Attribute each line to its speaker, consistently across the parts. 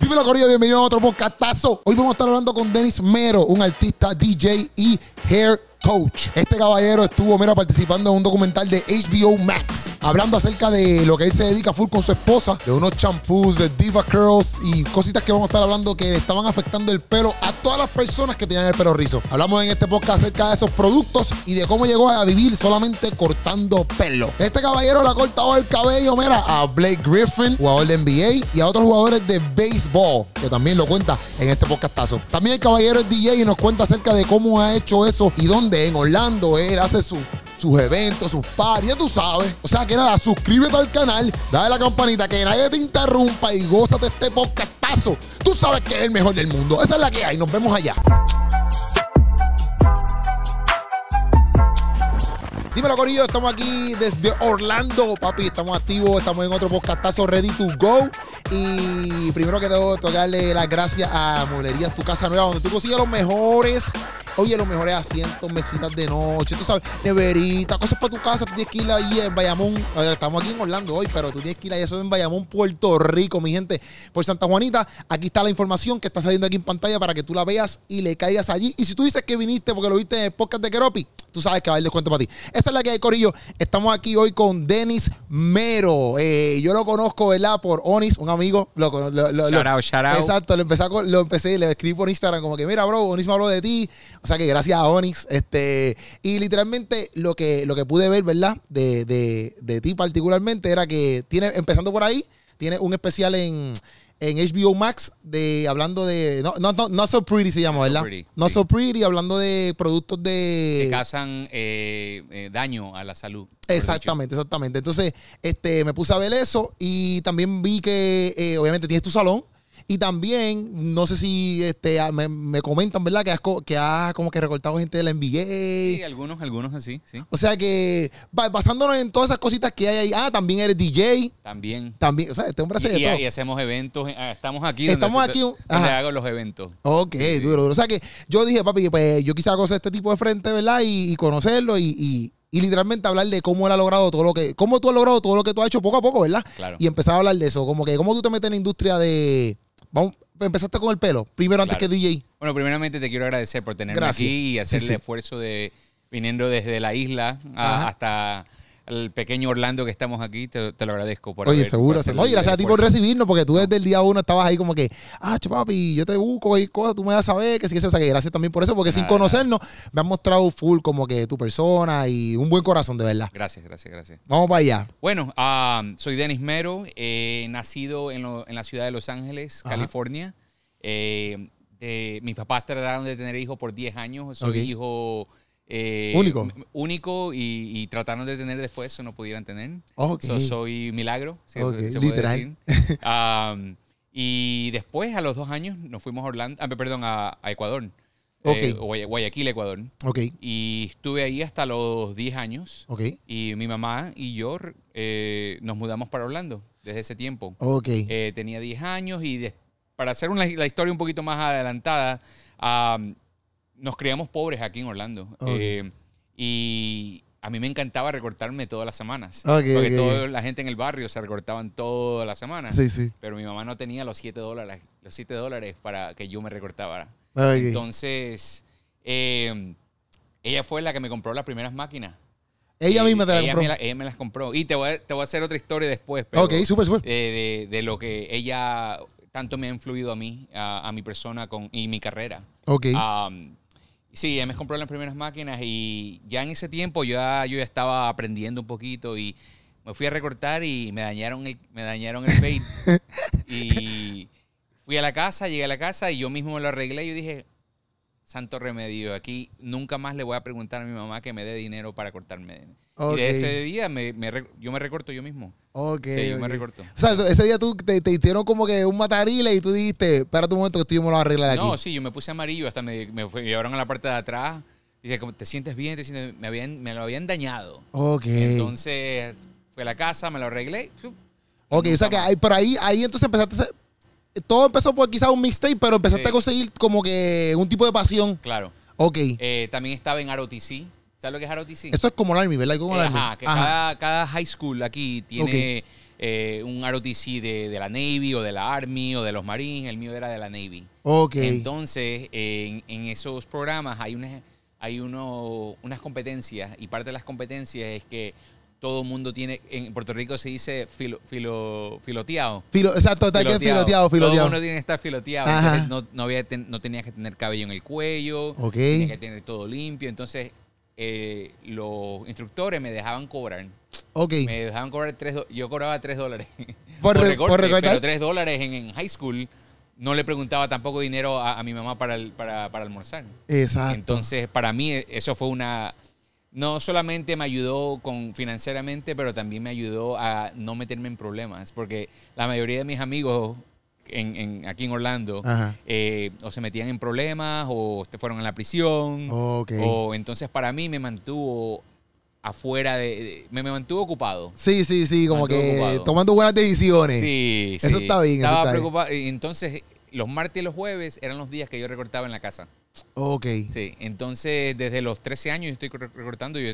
Speaker 1: Dímelo, Corillo, bienvenido a otro podcastazo. Hoy vamos a estar hablando con Denis Mero, un artista, DJ y hair coach. Este caballero estuvo, mira, participando en un documental de HBO Max, hablando acerca de lo que él se dedica full con su esposa, de unos champús, de diva curls y cositas que vamos a estar hablando que le estaban afectando el pelo a todas las personas que tenían el pelo rizo. Hablamos en este podcast acerca de esos productos y de cómo llegó a vivir solamente cortando pelo. Este caballero le ha cortado el cabello, mira, a Blake Griffin, jugador de NBA, y a otros jugadores de béisbol, que también lo cuenta en este podcastazo. También el caballero es DJ y nos cuenta acerca de cómo ha hecho eso y dónde en Orlando él hace su- sus eventos, sus parties, tú sabes. O sea que nada, suscríbete al canal, dale la campanita, que nadie te interrumpa y gózate este podcastazo. Tú sabes que es el mejor del mundo. Esa es la que hay. Nos vemos allá. Dímelo, Corillo, estamos aquí desde Orlando, papi. Estamos activos, estamos en otro podcastazo ready to go. Y primero que todo, tocarle las gracias a Mueblerías Tu Casa Nueva, donde tú consigues los mejores, oye, los mejores asientos, mesitas de noche, tú sabes, neverita, cosas para tu casa. Tú tienes que ir ahí en Bayamón. A ver, estamos aquí en Orlando hoy, pero tú tienes que ir ahí, eso es en Bayamón, Puerto Rico, mi gente. Por Santa Juanita, aquí está la información que está saliendo aquí en pantalla para que tú la veas y le caigas allí. Y si tú dices que viniste porque lo viste en el podcast de Keropi, tú sabes que va a haber descuento para ti. Esa es la que hay, Corillo. Estamos aquí hoy con Denis Mero. Eh, yo lo conozco, ¿verdad? Por Onis, un amigo. Lo, cono- lo- lo- lo-
Speaker 2: Shout out, shout out.
Speaker 1: Exacto, lo empecé, a co- lo empecé y le escribí por Instagram como que, mira, bro, Onis me habló de ti. O sea que gracias a Onis. Este, y literalmente lo que, lo que pude ver, ¿verdad? De, de- de ti particularmente era que tiene, empezando por ahí, tiene un especial en... En HBO Max, de, hablando de. No, no, no, Not So Pretty se llama,
Speaker 2: Not So
Speaker 1: ¿verdad?
Speaker 2: Pretty,
Speaker 1: Not
Speaker 2: sí.
Speaker 1: So Pretty, hablando de productos de.
Speaker 2: que causan eh, eh, daño a la salud. por
Speaker 1: Exactamente, exactamente. Entonces, este, me puse a ver eso y también vi que, eh, obviamente, tienes tu salón. Y también, no sé si este, ah, me, me comentan, ¿verdad? Que has, co- que has como que recortado gente de la NBA.
Speaker 2: dicho. Sí, algunos, algunos así, sí.
Speaker 1: O sea que, ba- basándonos en todas esas cositas que hay ahí. Ah, también eres DJ.
Speaker 2: También.
Speaker 1: También, o sea, este hombre
Speaker 2: Y,
Speaker 1: hace de
Speaker 2: y-
Speaker 1: todo.
Speaker 2: y hacemos eventos. ah, Estamos aquí.
Speaker 1: Estamos
Speaker 2: se-
Speaker 1: aquí,
Speaker 2: Donde
Speaker 1: ajá.
Speaker 2: hago los eventos.
Speaker 1: Ok,
Speaker 2: Sí, sí.
Speaker 1: duro, duro. O sea que yo dije, papi, pues yo quisiera conocer este tipo de frente, ¿verdad? Y, y conocerlo y, y- y literalmente hablar de cómo él ha logrado todo lo que, cómo tú has logrado todo lo que tú has hecho poco a poco, ¿verdad?
Speaker 2: Claro.
Speaker 1: Y empezar a hablar de eso, como que cómo tú te metes en la industria de... Vamos, empezaste con el pelo, primero antes
Speaker 2: Claro.
Speaker 1: que DJ.
Speaker 2: Bueno, primeramente te quiero agradecer por tenerme
Speaker 1: Gracias.
Speaker 2: aquí y hacer
Speaker 1: Sí,
Speaker 2: el
Speaker 1: sí.
Speaker 2: esfuerzo de viniendo desde la isla a-
Speaker 1: Ajá.
Speaker 2: hasta el pequeño Orlando que estamos aquí. Te, te lo agradezco por
Speaker 1: Oye,
Speaker 2: haber- por
Speaker 1: seguro.
Speaker 2: hacer
Speaker 1: seguro. Oye,
Speaker 2: el
Speaker 1: gracias a ti por
Speaker 2: esfuerzo.
Speaker 1: recibirnos, porque tú desde el día uno estabas ahí como que, ah, che, papi, yo te busco, cualquier cosa, tú me vas a saber, que sí, que eso. O sea, que gracias también por eso, porque sin
Speaker 2: Nada.
Speaker 1: conocernos me has mostrado full como que tu persona y un buen corazón, de verdad.
Speaker 2: Gracias, gracias, gracias.
Speaker 1: Vamos para allá.
Speaker 2: Bueno, ah, soy Denis Mero, eh, nacido en, lo- en la ciudad de Los Ángeles,
Speaker 1: Ajá.
Speaker 2: California. Eh, de- mis papás trataron de tener hijos por 10 años. Soy
Speaker 1: Ok.
Speaker 2: hijo eh,
Speaker 1: Único.
Speaker 2: m- Único y, y trataron de tener después, eso no pudieran tener.
Speaker 1: Ok.
Speaker 2: So, soy milagro, si
Speaker 1: Ok,
Speaker 2: se puede
Speaker 1: literal.
Speaker 2: decir. Um, y después, a los dos años, nos fuimos a Orlando, ah, perdón, a, a Ecuador. Eh,
Speaker 1: Ok.
Speaker 2: Guaya- Guayaquil, Ecuador.
Speaker 1: Ok,
Speaker 2: Y estuve ahí hasta los 10 años.
Speaker 1: ok,
Speaker 2: Y mi mamá y yo eh, nos mudamos para Orlando desde ese tiempo.
Speaker 1: ok.
Speaker 2: Eh, tenía 10 años y des- para hacer una- la historia un poquito más adelantada, am, nos criamos pobres aquí en Orlando.
Speaker 1: Ok.
Speaker 2: Eh, y a mí me encantaba recortarme todas las semanas.
Speaker 1: Ok, ok.
Speaker 2: porque toda la gente en el barrio se recortaban todas las semanas.
Speaker 1: sí, sí.
Speaker 2: Pero mi mamá no tenía los 7 dólares, los 7 dólares para que yo me recortara.
Speaker 1: ok.
Speaker 2: Entonces, eh, ella fue la que me compró las primeras máquinas.
Speaker 1: ella
Speaker 2: Y
Speaker 1: misma te la
Speaker 2: ella
Speaker 1: compró.
Speaker 2: Me la- ella me las compró. Y te voy a, te voy a hacer otra historia después. Pero,
Speaker 1: ok, súper, súper.
Speaker 2: eh, de, de lo que ella tanto me ha influido a mí, a, a mi persona con, y mi carrera.
Speaker 1: Ok.
Speaker 2: Um, sí, ella me compró las primeras máquinas y ya en ese tiempo ya, yo ya estaba aprendiendo un poquito y me fui a recortar y me dañaron el, me dañaron el fade. y fui a la casa, llegué a la casa y yo mismo me lo arreglé y yo dije, santo remedio, aquí nunca más le voy a preguntar a mi mamá que me dé dinero para cortarme.
Speaker 1: Ok.
Speaker 2: Y de ese día me- me re- yo me recorto yo mismo.
Speaker 1: ok.
Speaker 2: sí, yo me
Speaker 1: ok.
Speaker 2: recorto.
Speaker 1: O sea, ese día tú te, te hicieron como que un matarile y tú dijiste, espérate un momento que estoy yo me lo voy a arreglar aquí.
Speaker 2: No, sí, yo me puse amarillo, hasta me, me fue- me llevaron a la parte de atrás. Dice, como, ¿te sientes bien? ¿Te sientes bien?". Me, habían, me lo habían dañado.
Speaker 1: ok.
Speaker 2: Entonces, fui a la casa, me lo arreglé. ¡fiu!
Speaker 1: ok, o sea que ahí, pero ahí, ahí entonces empezaste a hacer- Todo empezó por quizás un mixtape, pero empezaste
Speaker 2: Sí.
Speaker 1: a conseguir como que un tipo de pasión.
Speaker 2: Claro.
Speaker 1: Ok.
Speaker 2: Eh, también estaba en ROTC. ¿Sabes lo que es ROTC?
Speaker 1: Eso es como el Army, ¿verdad? Como el
Speaker 2: Eh,
Speaker 1: Army.
Speaker 2: ajá, que Cada, cada high school aquí tiene eh, un ROTC de, de la Navy o de la Army o de los Marines. El mío era de la Navy.
Speaker 1: Ok.
Speaker 2: Entonces, en, en esos programas hay unas, hay uno, unas competencias y parte de las competencias es que todo el mundo tiene, en Puerto Rico se dice filo, filo- filoteado.
Speaker 1: Filo- exacto, está aquí en filoteado,
Speaker 2: Todo
Speaker 1: filoteado.
Speaker 2: el mundo tiene que estar filoteado.
Speaker 1: Ajá.
Speaker 2: Entonces, no, no, había ten- no tenías que tener cabello en el cuello,
Speaker 1: Ok.
Speaker 2: tenías que tener todo limpio. Entonces, eh, los instructores me dejaban cobrar.
Speaker 1: Ok.
Speaker 2: Me dejaban cobrar tres do- Yo cobraba tres dólares.
Speaker 1: Por re- por recortar.
Speaker 2: Pero tres dólares en, en high school no le preguntaba tampoco dinero a, a mi mamá para, el- para, para almorzar.
Speaker 1: Exacto.
Speaker 2: Entonces, para mí, e, eso fue una. No solamente me ayudó con financieramente, pero también me ayudó a no meterme en problemas. Porque la mayoría de mis amigos en, en- aquí en Orlando
Speaker 1: Ajá.
Speaker 2: eh, o se metían en problemas o te fueron a la prisión.
Speaker 1: Ok.
Speaker 2: O entonces para mí me mantuvo afuera de. de- me, me mantuvo ocupado.
Speaker 1: Sí, sí, sí, como
Speaker 2: Mantuvo
Speaker 1: que
Speaker 2: ocupado.
Speaker 1: tomando buenas decisiones.
Speaker 2: Sí,
Speaker 1: Eso
Speaker 2: sí.
Speaker 1: está bien, eso
Speaker 2: Estaba
Speaker 1: está bien.
Speaker 2: preocupado. Y Entonces, los martes y los jueves eran los días que yo recortaba en la casa.
Speaker 1: Ok.
Speaker 2: Sí, entonces desde los 13 años yo estoy re- recortando. Yo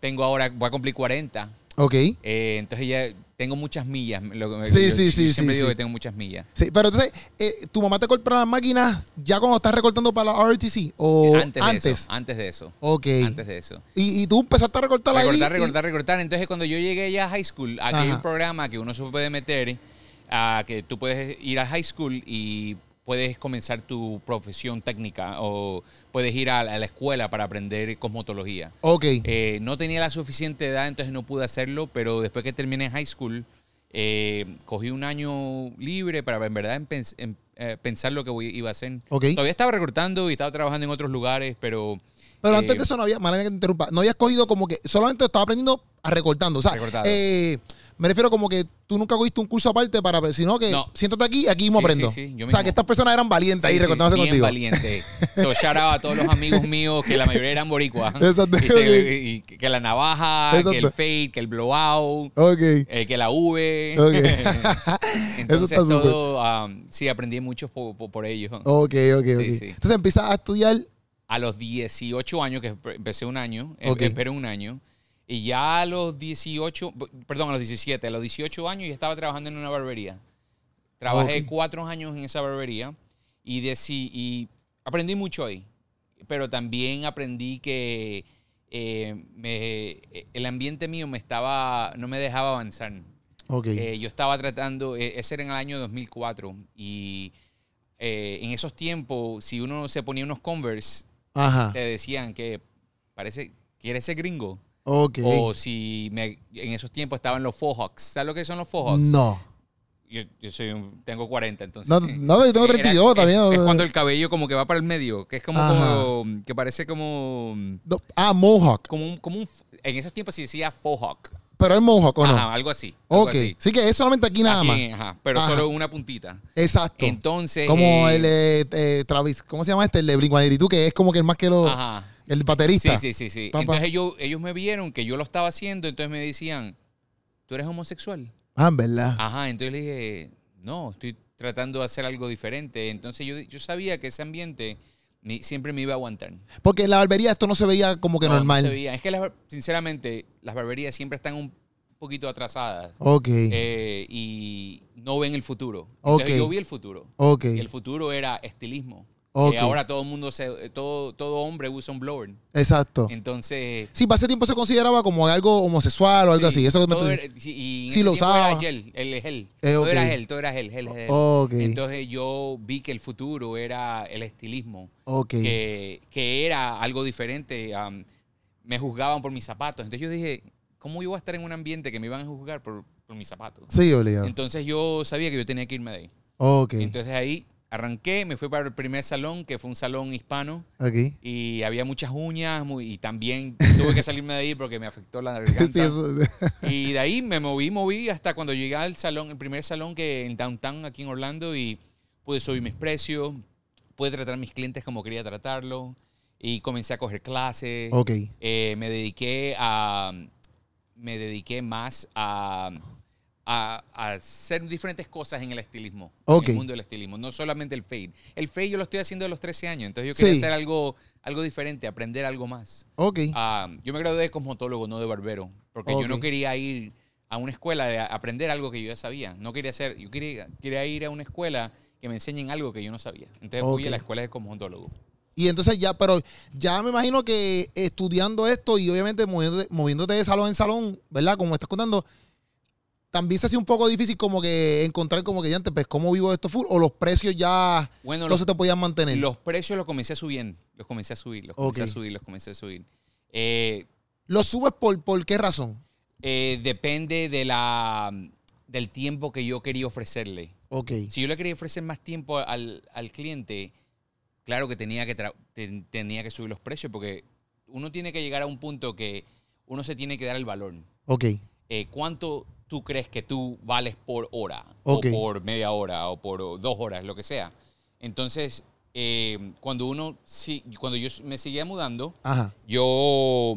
Speaker 2: tengo ahora, voy a cumplir 40.
Speaker 1: Ok.
Speaker 2: eh, entonces ya tengo muchas millas. Lo que me-
Speaker 1: Sí,
Speaker 2: yo-
Speaker 1: sí,
Speaker 2: yo
Speaker 1: sí,
Speaker 2: Siempre
Speaker 1: sí,
Speaker 2: digo
Speaker 1: sí.
Speaker 2: que tengo muchas millas.
Speaker 1: Sí, pero entonces, eh, ¿tu mamá te compra las máquinas ya cuando estás recortando para la RTC? ¿O
Speaker 2: Antes,
Speaker 1: antes?
Speaker 2: de eso. Antes de eso.
Speaker 1: Ok.
Speaker 2: Antes de eso.
Speaker 1: Y, y tú empezaste a recortar la
Speaker 2: Recortar, recortar, recortar. Entonces, cuando yo llegué ya a high school, aquí hay
Speaker 1: Ajá.
Speaker 2: un programa que uno se puede meter, a que tú puedes ir a high school y puedes comenzar tu profesión técnica o puedes ir a la, a la escuela para aprender cosmotología.
Speaker 1: Ok.
Speaker 2: Eh, no tenía la suficiente edad, entonces no pude hacerlo, pero después que terminé high school, eh, cogí un año libre para en verdad en pens- en, eh, pensar lo que voy- iba a hacer.
Speaker 1: Ok.
Speaker 2: Todavía estaba recortando y estaba trabajando en otros lugares, pero...
Speaker 1: Pero
Speaker 2: eh,
Speaker 1: antes de eso no había, mala mía que te interrumpa, no habías cogido como que, solamente estaba aprendiendo a recortando. O sea,
Speaker 2: Recortado.
Speaker 1: eh, me refiero como que tú nunca cogiste un curso aparte para, sino que
Speaker 2: No.
Speaker 1: siéntate aquí, aquí mismo
Speaker 2: Sí,
Speaker 1: aprendo.
Speaker 2: sí, sí, yo
Speaker 1: o sea,
Speaker 2: mismo.
Speaker 1: que estas personas eran valientes
Speaker 2: Sí,
Speaker 1: ahí
Speaker 2: sí,
Speaker 1: recortándose
Speaker 2: bien
Speaker 1: contigo.
Speaker 2: valiente. So, shout out a todos los amigos míos, que la mayoría eran boricuas.
Speaker 1: Exacto.
Speaker 2: Y se- y que la navaja, que el
Speaker 1: Exacto.
Speaker 2: fade, que el blowout,
Speaker 1: Ok.
Speaker 2: eh, que la V.
Speaker 1: Ok.
Speaker 2: Entonces
Speaker 1: está súper.
Speaker 2: todo, um, sí, aprendí mucho po- po- por, ellos.
Speaker 1: Ok, ok, ok.
Speaker 2: Sí, sí.
Speaker 1: Entonces empiezas a estudiar.
Speaker 2: A los 18 años, que empe- empecé un año, em-
Speaker 1: Ok.
Speaker 2: esperé un año, y ya a los 18, p- perdón, a los 17, a los 18 años ya estaba trabajando en una barbería. Trabajé
Speaker 1: Ok.
Speaker 2: cuatro años en esa barbería y, deci- y aprendí mucho ahí, pero también aprendí que eh, me- eh, el ambiente mío me estaba, no me dejaba avanzar.
Speaker 1: Ok.
Speaker 2: Eh, yo estaba tratando, eh, ese era en el año 2004 y eh, en esos tiempos, si uno se ponía unos Converse,
Speaker 1: Ajá.
Speaker 2: te decían que parece, ¿quieres ser gringo?
Speaker 1: Ok.
Speaker 2: O si me- en esos tiempos estaban los Fohawks. ¿Sabes lo que son los Fohawks?
Speaker 1: No.
Speaker 2: Yo, yo soy un- tengo 40, entonces.
Speaker 1: Mm. No, no, yo tengo
Speaker 2: Era-
Speaker 1: 32
Speaker 2: es-
Speaker 1: también.
Speaker 2: Es,
Speaker 1: no-
Speaker 2: cuando el cabello como que va para el medio, que es como,
Speaker 1: Ajá.
Speaker 2: como- que parece como
Speaker 1: no- ah, Mohawk.
Speaker 2: como un, como un en esos tiempos se decía Fohawk.
Speaker 1: Pero es Mohawk, ¿o no?
Speaker 2: Ajá, algo así. algo
Speaker 1: ok.
Speaker 2: así.
Speaker 1: Sí que es solamente aquí nada
Speaker 2: Aquí,
Speaker 1: más.
Speaker 2: ajá, pero
Speaker 1: Ajá.
Speaker 2: solo una puntita.
Speaker 1: Exacto.
Speaker 2: Entonces.
Speaker 1: Como
Speaker 2: eh,
Speaker 1: el eh, eh, Travis, ¿cómo se llama este? El de Blink-182, que es como que el más que lo...
Speaker 2: Ajá.
Speaker 1: El baterista.
Speaker 2: Sí, sí, sí, sí.
Speaker 1: Papá.
Speaker 2: Entonces ellos, ellos me vieron que yo lo estaba haciendo, entonces me decían, ¿tú eres homosexual?
Speaker 1: Ah, en verdad.
Speaker 2: Ajá, entonces le dije, no, estoy tratando de hacer algo diferente. Entonces yo, yo sabía que ese ambiente me- siempre me iba a aguantar.
Speaker 1: Porque en la barbería esto no se veía como que
Speaker 2: No, no
Speaker 1: normal.
Speaker 2: se veía. Es que, las- sinceramente, las barberías siempre están un poquito atrasadas
Speaker 1: Ok,
Speaker 2: eh, y no ven el futuro.
Speaker 1: Ok.
Speaker 2: Entonces, yo vi el futuro.
Speaker 1: ok,
Speaker 2: Y el futuro era estilismo.
Speaker 1: Ok.
Speaker 2: Que ahora todo el mundo, se, todo, todo hombre usa un blower.
Speaker 1: exacto.
Speaker 2: Entonces,
Speaker 1: Sí, para ese tiempo se consideraba como algo homosexual o algo
Speaker 2: Sí,
Speaker 1: así. Eso que me
Speaker 2: todo
Speaker 1: estás
Speaker 2: era- sí, y en
Speaker 1: Sí,
Speaker 2: ese
Speaker 1: lo
Speaker 2: tiempo
Speaker 1: usaba.
Speaker 2: Era gel, el gel.
Speaker 1: Eh,
Speaker 2: Todo
Speaker 1: ok.
Speaker 2: era gel, todo era gel, gel, gel.
Speaker 1: Ok.
Speaker 2: Entonces yo vi que el futuro era el estilismo,
Speaker 1: Ok,
Speaker 2: que, que era algo diferente. am, me juzgaban por mis zapatos. Entonces yo dije, ¿cómo yo voy a estar en un ambiente que me iban a juzgar por, por mis zapatos?
Speaker 1: sí, obligado.
Speaker 2: Entonces yo sabía que yo tenía que irme de ahí.
Speaker 1: Ok,
Speaker 2: Entonces ahí arranqué, me fui para el primer salón, que fue un salón hispano.
Speaker 1: aquí.
Speaker 2: Y había muchas uñas muy- y también tuve que salirme de ahí porque me afectó la garganta.
Speaker 1: Sí, eso-
Speaker 2: Y de ahí me moví, moví hasta cuando llegué al salón, el primer salón que en Downtown aquí en Orlando y pude subir mis precios, pude tratar a mis clientes como quería tratarlo y comencé a coger clases.
Speaker 1: ok,
Speaker 2: Eh, me dediqué a me dediqué más a, a- a hacer diferentes cosas en el estilismo,
Speaker 1: Ok.
Speaker 2: en el mundo del estilismo, no solamente el fade. El fade yo lo estoy haciendo a los 13 años, entonces yo quería
Speaker 1: Sí.
Speaker 2: hacer algo algo diferente, aprender algo más.
Speaker 1: ok.
Speaker 2: Ah, yo me gradué de cosmotólogo, no de barbero, porque
Speaker 1: Ok.
Speaker 2: yo no quería ir a una escuela de a- aprender algo que yo ya sabía. No quería hacer, yo quería, quería ir a una escuela que me enseñen algo que yo no sabía. Entonces fui
Speaker 3: Ok.
Speaker 2: a la escuela de cosmontólogo.
Speaker 1: Y entonces ya, pero ya me imagino que estudiando esto y obviamente moviéndote, moviéndote de salón en salón, ¿verdad? Como estás contando, también se hace un poco difícil como que encontrar como que ya antes, pues, ¿cómo vivo esto full? O los precios ya
Speaker 2: Bueno,
Speaker 1: no se
Speaker 2: los,
Speaker 1: te podían mantener.
Speaker 2: los precios los comencé a subir, los comencé a subir, los comencé
Speaker 1: Ok.
Speaker 2: a subir, los comencé a subir. Eh,
Speaker 1: ¿Los subes por, por qué razón?
Speaker 2: eh, depende de la, del tiempo que yo quería ofrecerle.
Speaker 1: Ok.
Speaker 2: Si yo le quería ofrecer más tiempo al, al cliente, claro que tenía que tra- ten- tenía que subir los precios porque uno tiene que llegar a un punto que uno se tiene que dar el valor.
Speaker 1: Ok.
Speaker 2: Eh, ¿Cuánto tú crees que tú vales por hora?
Speaker 1: Ok.
Speaker 2: O por media hora, o por o, dos horas, lo que sea. Entonces, eh, cuando uno, sí, cuando yo me seguía mudando,
Speaker 1: Ajá.
Speaker 2: yo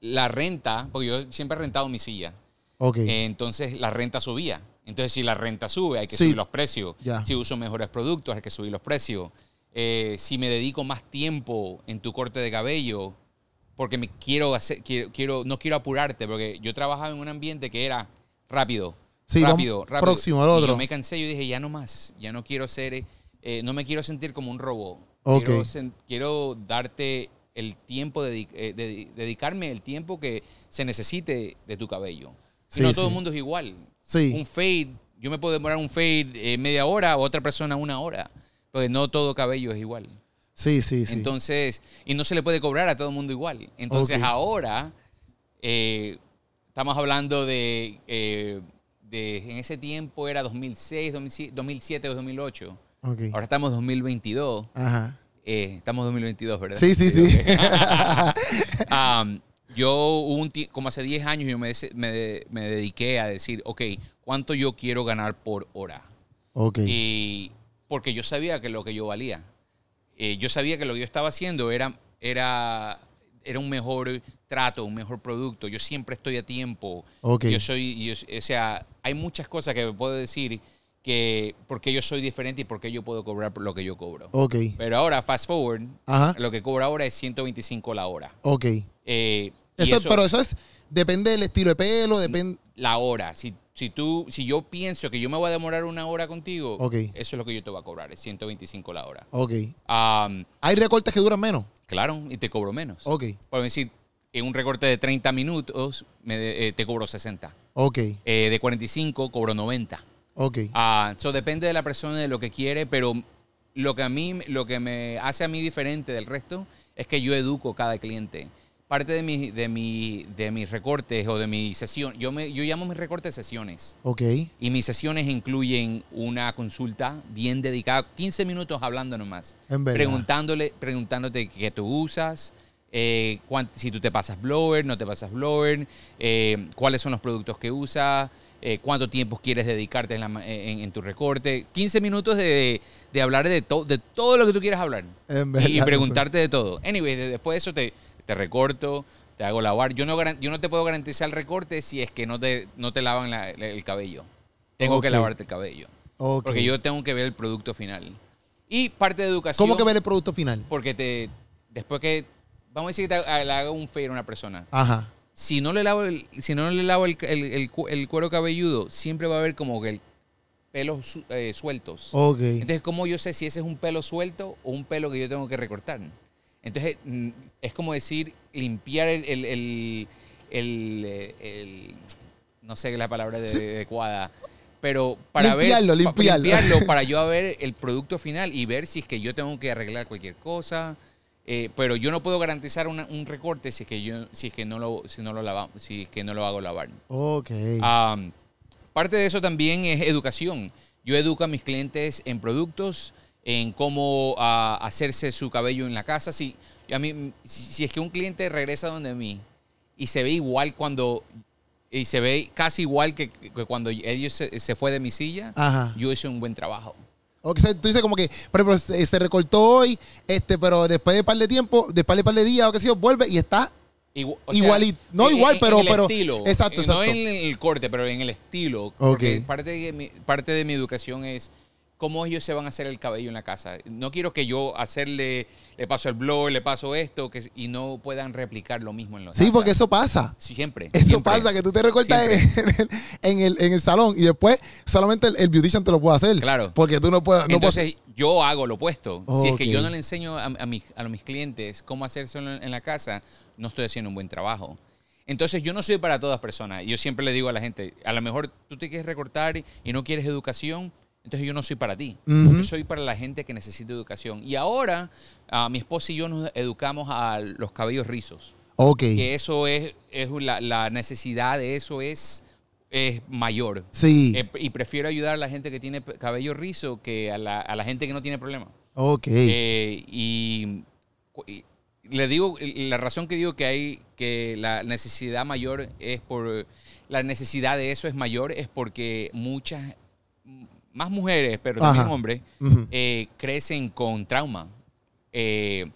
Speaker 2: la renta, porque yo siempre he rentado mi silla.
Speaker 1: Ok.
Speaker 2: Eh, entonces la renta subía. Entonces, si la renta sube, hay que
Speaker 1: Sí.
Speaker 2: subir los precios.
Speaker 1: Ya.
Speaker 2: Si uso mejores productos, hay que subir los precios. Eh, si me dedico más tiempo en tu corte de cabello, porque me quiero hacer, quiero, quiero, no quiero apurarte, porque yo trabajaba en un ambiente que era rápido.
Speaker 1: Sí, vamos
Speaker 2: rápido, rápido.
Speaker 1: próximo al
Speaker 2: Y
Speaker 1: otro.
Speaker 2: yo me cansé, yo dije, ya no más, ya no quiero ser, eh, eh, no me quiero sentir como un robot.
Speaker 1: Ok.
Speaker 2: Quiero, sen- quiero darte el tiempo, dedi- eh, dedi- dedicarme el tiempo que se necesite de tu cabello.
Speaker 1: Sí,
Speaker 2: y no todo
Speaker 1: sí.
Speaker 2: el mundo es igual
Speaker 1: sí.
Speaker 2: un fade, yo me puedo demorar un fade eh, media hora, otra persona una hora, porque no todo cabello es igual.
Speaker 1: Sí, sí, sí.
Speaker 2: Entonces, y no se le puede cobrar a todo el mundo igual. Entonces,
Speaker 1: Ok.
Speaker 2: ahora eh, estamos hablando de, eh, de, en ese tiempo era 2006, 2007, 2007 o 2008.
Speaker 1: Ok.
Speaker 2: Ahora estamos 2022.
Speaker 1: Ajá.
Speaker 2: Eh, estamos 2022, ¿verdad?
Speaker 1: Sí, sí, sí.
Speaker 2: ok. Am, Um, yo hubo un ti- como hace 10 años yo me, des- me de- me dediqué a decir, ok, ¿cuánto yo quiero ganar por hora?
Speaker 1: Ok.
Speaker 2: Y porque yo sabía que lo que yo valía. Eh, yo sabía que lo que yo estaba haciendo era, era, era un mejor trato, un mejor producto. Yo siempre estoy a tiempo.
Speaker 1: Ok.
Speaker 2: Yo soy, yo- o sea, hay muchas cosas que me puedo decir que porque yo soy diferente y porque yo puedo cobrar por lo que yo cobro.
Speaker 1: Ok.
Speaker 2: Pero ahora, fast forward,
Speaker 1: Ajá.
Speaker 2: lo que cobro ahora es 125 la hora.
Speaker 1: Ok.
Speaker 2: Eh, y
Speaker 1: Eso,
Speaker 2: eso-
Speaker 1: pero eso es, depende del estilo de pelo, depende...
Speaker 2: la hora. Si, si tú, si yo pienso que yo me voy a demorar una hora contigo,
Speaker 1: Ok.
Speaker 2: eso es lo que yo te voy a cobrar, es 125 la hora.
Speaker 1: Ok.
Speaker 2: Am,
Speaker 1: Hay recortes que duran menos.
Speaker 2: claro, y te cobro menos.
Speaker 1: Ok.
Speaker 2: Por decir, en un recorte de 30 minutos, me de- eh, te cobro 60.
Speaker 1: Ok.
Speaker 2: Eh, de 45, cobro 90.
Speaker 1: Ok.
Speaker 2: Eso Ah, depende de la persona, de lo que quiere, pero lo que a mí, lo que me hace a mí diferente del resto es que yo educo cada cliente. Parte de, mi, de, mi, de mis recortes o de mi sesión, yo, me, yo llamo mis recortes sesiones.
Speaker 1: Ok.
Speaker 2: Y mis sesiones incluyen una consulta bien dedicada, 15 minutos hablando nomás.
Speaker 1: En verdad.
Speaker 2: Preguntándole, preguntándote qué tú usas, eh, cuán- si tú te pasas blower, no te pasas blower, eh, cuáles son los productos que usas, eh, cuánto tiempo quieres dedicarte en, la ma- en- en tu recorte. 15 minutos de, de hablar de, to- de todo lo que tú quieras hablar.
Speaker 1: En verdad,
Speaker 2: Y, y preguntarte de todo. Anyway, de- después de eso te, te recorto, te hago lavar. Yo no, garan- yo no te puedo garantizar el recorte si es que no te, no te lavan la- la- el cabello. Tengo
Speaker 1: Ok.
Speaker 2: que lavarte el cabello.
Speaker 1: Ok.
Speaker 2: Porque yo tengo que ver el producto final. Y parte de educación.
Speaker 1: ¿Cómo que ver el producto final?
Speaker 2: Porque te, después que. Vamos a decir que te ha- le hago un favor a una persona.
Speaker 1: Ajá.
Speaker 2: Si no le lavo el, si no le lavo el, el- el cu- el cuero cabelludo, siempre va a haber como que el pelos su- eh, sueltos.
Speaker 1: Ok.
Speaker 2: Entonces, ¿cómo yo sé si ese es un pelo suelto o un pelo que yo tengo que recortar? Entonces, mm, es como decir, limpiar el, el- el- el- eh, el- no sé la palabra de-
Speaker 1: Sí.
Speaker 2: adecuada, pero para
Speaker 1: Limpiarlo,
Speaker 2: ver, pa-
Speaker 1: limpiarlo.
Speaker 2: limpiarlo para yo ver el producto final y ver si es que yo tengo que arreglar cualquier cosa. eh, pero yo no puedo garantizar una- un recorte si es que yo si es que no lo si no lo lava- si es que no lo hago lavar.
Speaker 1: Ok.
Speaker 2: Um, parte de eso también es educación. Yo educo a mis clientes en productos, en cómo ah, hacerse su cabello en la casa. Si, a mí, si si es que un cliente regresa donde mí y se ve igual cuando y se ve casi igual que, que cuando ellos se, se fue de mi silla,
Speaker 1: Ajá.
Speaker 2: yo hice un buen trabajo.
Speaker 1: Ok, o sea, tú dices como que, por ejemplo, se, se recortó hoy, este, pero después de par de tiempo, después de par de días o qué sé yo, vuelve y está.
Speaker 2: Igual,
Speaker 1: Igualito. No igual, pero-
Speaker 2: el
Speaker 1: pero-
Speaker 2: estilo.
Speaker 1: exacto,
Speaker 2: No
Speaker 1: exacto.
Speaker 2: en el corte, pero en el estilo. Porque
Speaker 1: Ok.
Speaker 2: parte de, mi, parte de mi educación es cómo ellos se van a hacer el cabello en la casa. No quiero que yo hacerle, le paso el blog, le paso esto, que, y no puedan replicar lo mismo en los
Speaker 1: Sí, porque eso pasa.
Speaker 2: Siempre.
Speaker 1: Eso
Speaker 2: siempre.
Speaker 1: pasa, que tú te recortas en, el, en, el, en el salón y después solamente el, el beautician te lo puede hacer.
Speaker 2: Claro.
Speaker 1: Porque tú no puedes. Ah, No puedes-
Speaker 2: Entonces, yo hago lo opuesto. Si es que
Speaker 1: Ok.
Speaker 2: yo no le enseño a, a mis, a mis clientes cómo hacerse en, en la casa, no estoy haciendo un buen trabajo. Entonces, yo no soy para todas personas. Yo siempre le digo a la gente, a lo mejor tú te quieres recortar y no quieres educación, entonces yo no soy para ti.
Speaker 1: Ujú.
Speaker 2: Yo soy para la gente que necesita educación. Y ahora, ah, mi esposa y yo nos educamos a los cabellos rizos.
Speaker 1: ok.
Speaker 2: Que eso es, es la, la necesidad de eso es, es mayor.
Speaker 1: Sí.
Speaker 2: Eh, y prefiero ayudar a la gente que tiene pe- cabello rizo que a la, a la gente que no tiene problema.
Speaker 1: ok.
Speaker 2: Eh, y, cu- y le digo, la razón que digo que hay, que la necesidad mayor es por, la necesidad de eso es mayor es porque muchas, m- más mujeres, pero también
Speaker 1: Ajá.
Speaker 2: hombres,
Speaker 1: Ujú.
Speaker 2: eh, crecen con trauma. Eh,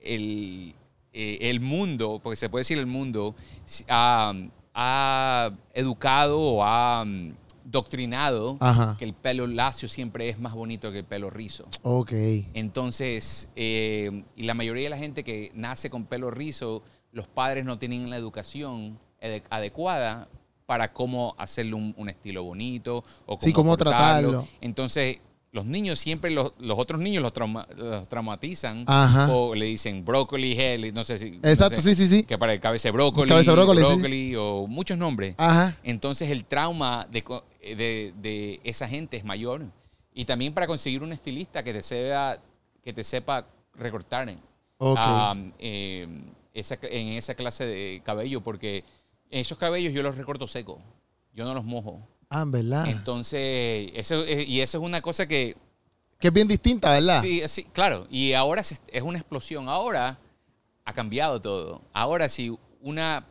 Speaker 2: el, eh, el mundo, porque se puede decir el mundo, si- ha, ha educado o ha mm, doctrinado
Speaker 1: Ajá.
Speaker 2: que el pelo lacio siempre es más bonito que el pelo rizo.
Speaker 1: Ok.
Speaker 2: Entonces, eh, y la mayoría de la gente que nace con pelo rizo, los padres no tienen la educación ade- adecuada para cómo hacerle un, un estilo bonito o cómo,
Speaker 1: Sí, cómo
Speaker 2: cortarlo.
Speaker 1: tratarlo.
Speaker 2: Entonces, los niños siempre, los, los otros niños los, trauma- los traumatizan
Speaker 1: Ajá.
Speaker 2: o le dicen brócoli, hell, no sé si... no
Speaker 1: Exacto,
Speaker 2: sé,
Speaker 1: sí, sí, sí.
Speaker 2: Que para el cabeza de brócoli,
Speaker 1: Cabeza de brócoli, sí.
Speaker 2: o muchos nombres.
Speaker 1: Ajá.
Speaker 2: Entonces el trauma de, co- eh, de- de esa gente es mayor. Y también para conseguir un estilista que te sepa, que te sepa recortar en,
Speaker 1: Ok.
Speaker 2: ah, eh, esa, en esa clase de cabello, porque esos cabellos yo los recorto seco, yo no los mojo.
Speaker 1: Ah, en ¿verdad?
Speaker 2: Entonces, eso, eh, y eso es una cosa que
Speaker 1: que es bien distinta, ¿verdad?
Speaker 2: Sí, sí, claro. Y ahora se- es una explosión. Ahora ha cambiado todo. Ahora si una,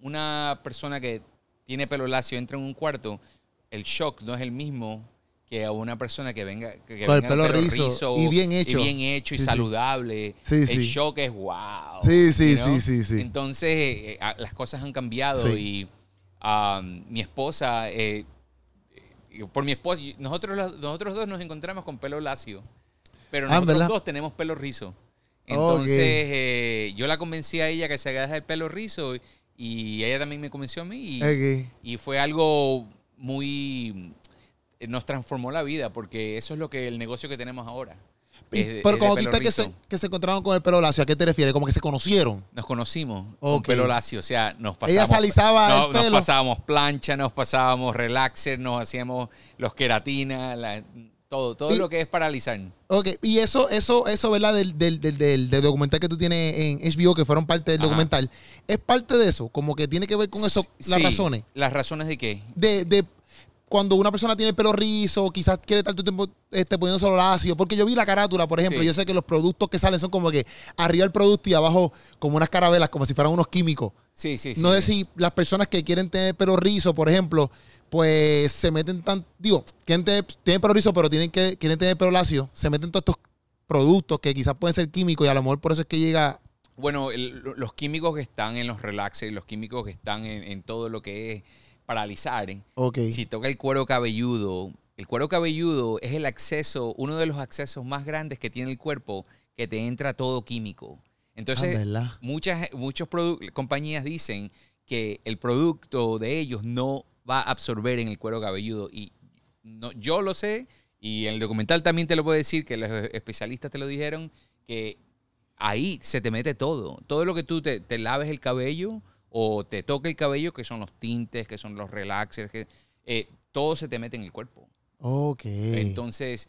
Speaker 2: una persona que tiene pelo lacio entra en un cuarto, el shock no es el mismo que a una persona que venga que
Speaker 1: Con el
Speaker 2: venga
Speaker 1: pelo rizo y bien hecho.
Speaker 2: y bien hecho y
Speaker 1: Sí, sí.
Speaker 2: saludable.
Speaker 1: Sí,
Speaker 2: el
Speaker 1: sí.
Speaker 2: shock es wow.
Speaker 1: Sí, sí, sí, sí, sí.
Speaker 2: Entonces eh, a- las cosas han cambiado
Speaker 1: Sí.
Speaker 2: y ah, mi esposa eh, eh, por mi esposa, y- nosotros, los- nosotros dos nos encontramos con pelo lacio, pero
Speaker 1: Ah,
Speaker 2: nosotros
Speaker 1: ¿verdad?
Speaker 2: dos tenemos pelo rizo.
Speaker 1: Ok.
Speaker 2: Entonces eh, yo la convencí a ella que se haga el pelo rizo y ella también me convenció a mí y,
Speaker 1: Ok.
Speaker 2: y fue algo muy... eh, Nos transformó la vida porque eso es lo que el negocio que tenemos ahora.
Speaker 1: Y-
Speaker 2: es de- es
Speaker 1: pero
Speaker 2: de
Speaker 1: cuando
Speaker 2: pelo
Speaker 1: dijiste que se,
Speaker 2: rizo.
Speaker 1: que se encontraron con el pelo lacio, ¿a qué te refieres? Como que se conocieron.
Speaker 2: Nos conocimos con
Speaker 1: Ok.
Speaker 2: pelo lacio, o sea, nos
Speaker 1: Ella
Speaker 2: pasamos...
Speaker 1: se alisaba
Speaker 2: No,
Speaker 1: el
Speaker 2: nos
Speaker 1: pelo.
Speaker 2: pasábamos plancha, nos pasábamos relaxer, nos hacíamos los queratinas, la- todo, todo
Speaker 1: Y-
Speaker 2: lo que es paralizar.
Speaker 1: Ok, y eso, eso, eso, ¿verdad? Del, del, del, del- del documental que tú tienes en HBO, que fueron parte del
Speaker 2: Ajá.
Speaker 1: documental, es parte de eso, como que tiene que ver con eso,
Speaker 2: Sí,
Speaker 1: las
Speaker 2: sí.
Speaker 1: razones.
Speaker 2: ¿Las razones de qué?
Speaker 1: De, de cuando una persona tiene el pelo rizo, quizás quiere tanto tiempo este, poniendo solo lacio, porque yo vi la carátula, por ejemplo,
Speaker 2: Sí.
Speaker 1: yo sé que los productos que salen son como que arriba el producto y abajo como unas carabelas, como si fueran unos químicos.
Speaker 2: Sí, sí, sí.
Speaker 1: No sé si las personas que quieren tener pelo rizo, por ejemplo, pues se meten tan. Digo, quieren tener, tienen pelo rizo, pero tienen que, quieren tener pelo lacio. Se meten todos estos productos que quizás pueden ser químicos y a lo mejor por eso es que llega.
Speaker 2: Bueno, el- lo- los químicos que están en los relaxers, los químicos que están en, en todo lo que es paralizar, ¿eh?
Speaker 1: Ok.
Speaker 2: si toca el cuero cabelludo, el cuero cabelludo es el acceso, uno de los accesos más grandes que tiene el cuerpo, que te entra todo químico. Entonces,
Speaker 1: Ah, ¿verdad?
Speaker 2: muchas muchos produ- compañías dicen que el producto de ellos no va a absorber en el cuero cabelludo y no yo lo sé y en el documental también te lo puedo decir que los e-, especialistas te lo dijeron que ahí se te mete todo todo lo que tú te, te laves el cabello o te toque el cabello que son los tintes que son los relaxers que eh, todo se te mete en el cuerpo
Speaker 1: Ok.
Speaker 2: entonces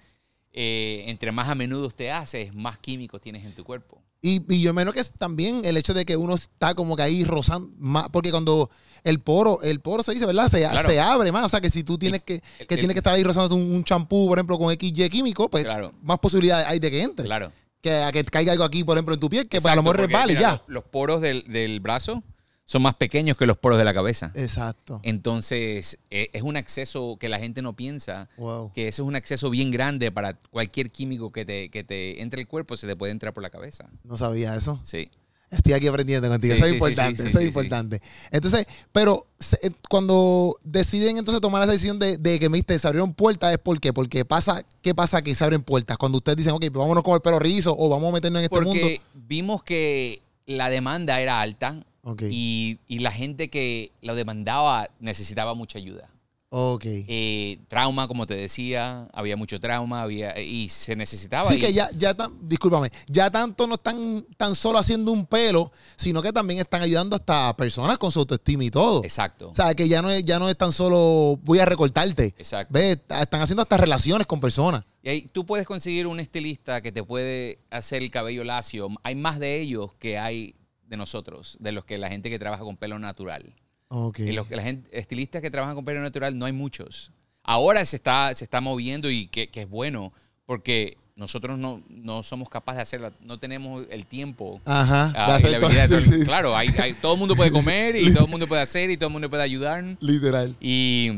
Speaker 2: eh, entre más a menudo te haces más químicos tienes en tu cuerpo
Speaker 1: Y, y yo menos que es también el hecho de que uno está como que ahí rozando más, porque cuando el poro, el poro se dice, ¿verdad? Se,
Speaker 2: Claro.
Speaker 1: se abre más. O sea que si tú tienes que,
Speaker 2: el-
Speaker 1: que tienes que estar ahí rozando un un champú, por ejemplo, con XY químico, pues
Speaker 2: Claro.
Speaker 1: más posibilidades hay de que entre.
Speaker 2: claro
Speaker 1: Que, a que caiga algo aquí, por ejemplo, en tu piel, que pues, a lo
Speaker 2: Exacto,
Speaker 1: mejor
Speaker 2: porque,
Speaker 1: resbale
Speaker 2: mira,
Speaker 1: ya.
Speaker 2: Los, los poros del, del brazo son más pequeños que los poros de la cabeza.
Speaker 1: Exacto.
Speaker 2: Entonces, eh, es un acceso que la gente no piensa,
Speaker 1: Wow.
Speaker 2: que eso es un acceso bien grande para cualquier químico que te, que te entre el cuerpo, se te puede entrar por la cabeza.
Speaker 1: No sabía eso.
Speaker 2: Sí.
Speaker 1: Estoy aquí aprendiendo contigo.
Speaker 2: Sí,
Speaker 1: eso es
Speaker 2: sí, sí,
Speaker 1: importante.
Speaker 2: sí, sí,
Speaker 1: eso es
Speaker 2: sí, sí.
Speaker 1: importante. Entonces, pero se- eh, cuando deciden entonces tomar esa decisión de, de que viste, se abrieron puertas, es por qué. Porque pasa, ¿qué pasa que se abren puertas? Cuando ustedes dicen, ok, pues vámonos con el pelo rizo o vamos a meternos en este mundo.
Speaker 2: Porque vimos que la demanda era alta
Speaker 1: Ok.
Speaker 2: y, y la gente que lo demandaba necesitaba mucha ayuda.
Speaker 1: ok.
Speaker 2: Eh, trauma, como te decía, había mucho trauma había, y se necesitaba.
Speaker 1: Así
Speaker 2: y-
Speaker 1: que ya, ya tan, discúlpame, ya tanto no están tan solo haciendo un pelo, sino que también están ayudando hasta a personas con su autoestima y todo.
Speaker 2: Exacto.
Speaker 1: O sea, que ya no es, ya no es tan solo voy a recortarte.
Speaker 2: Exacto.
Speaker 1: Ve, están haciendo hasta relaciones con personas.
Speaker 2: Y ahí tú puedes conseguir un estilista que te puede hacer el cabello lacio. Hay más de ellos que hay de nosotros, de los que la gente que trabaja con pelo natural.
Speaker 1: Ok.
Speaker 2: Y los que la gente, estilistas que trabajan con pelo natural no hay muchos. Ahora se está, se está moviendo y que, que es bueno porque nosotros no, no somos capaces de hacerlo, no tenemos el tiempo.
Speaker 1: Ajá.
Speaker 2: ah,
Speaker 1: de
Speaker 2: y
Speaker 1: hacer
Speaker 2: la
Speaker 1: todo-
Speaker 2: habilidad de
Speaker 1: sí,
Speaker 2: todo-
Speaker 1: sí,
Speaker 2: Claro, hay- hay- todo el mundo puede comer y todo el mundo puede hacer y todo el mundo puede ayudar.
Speaker 1: Literal.
Speaker 2: Y,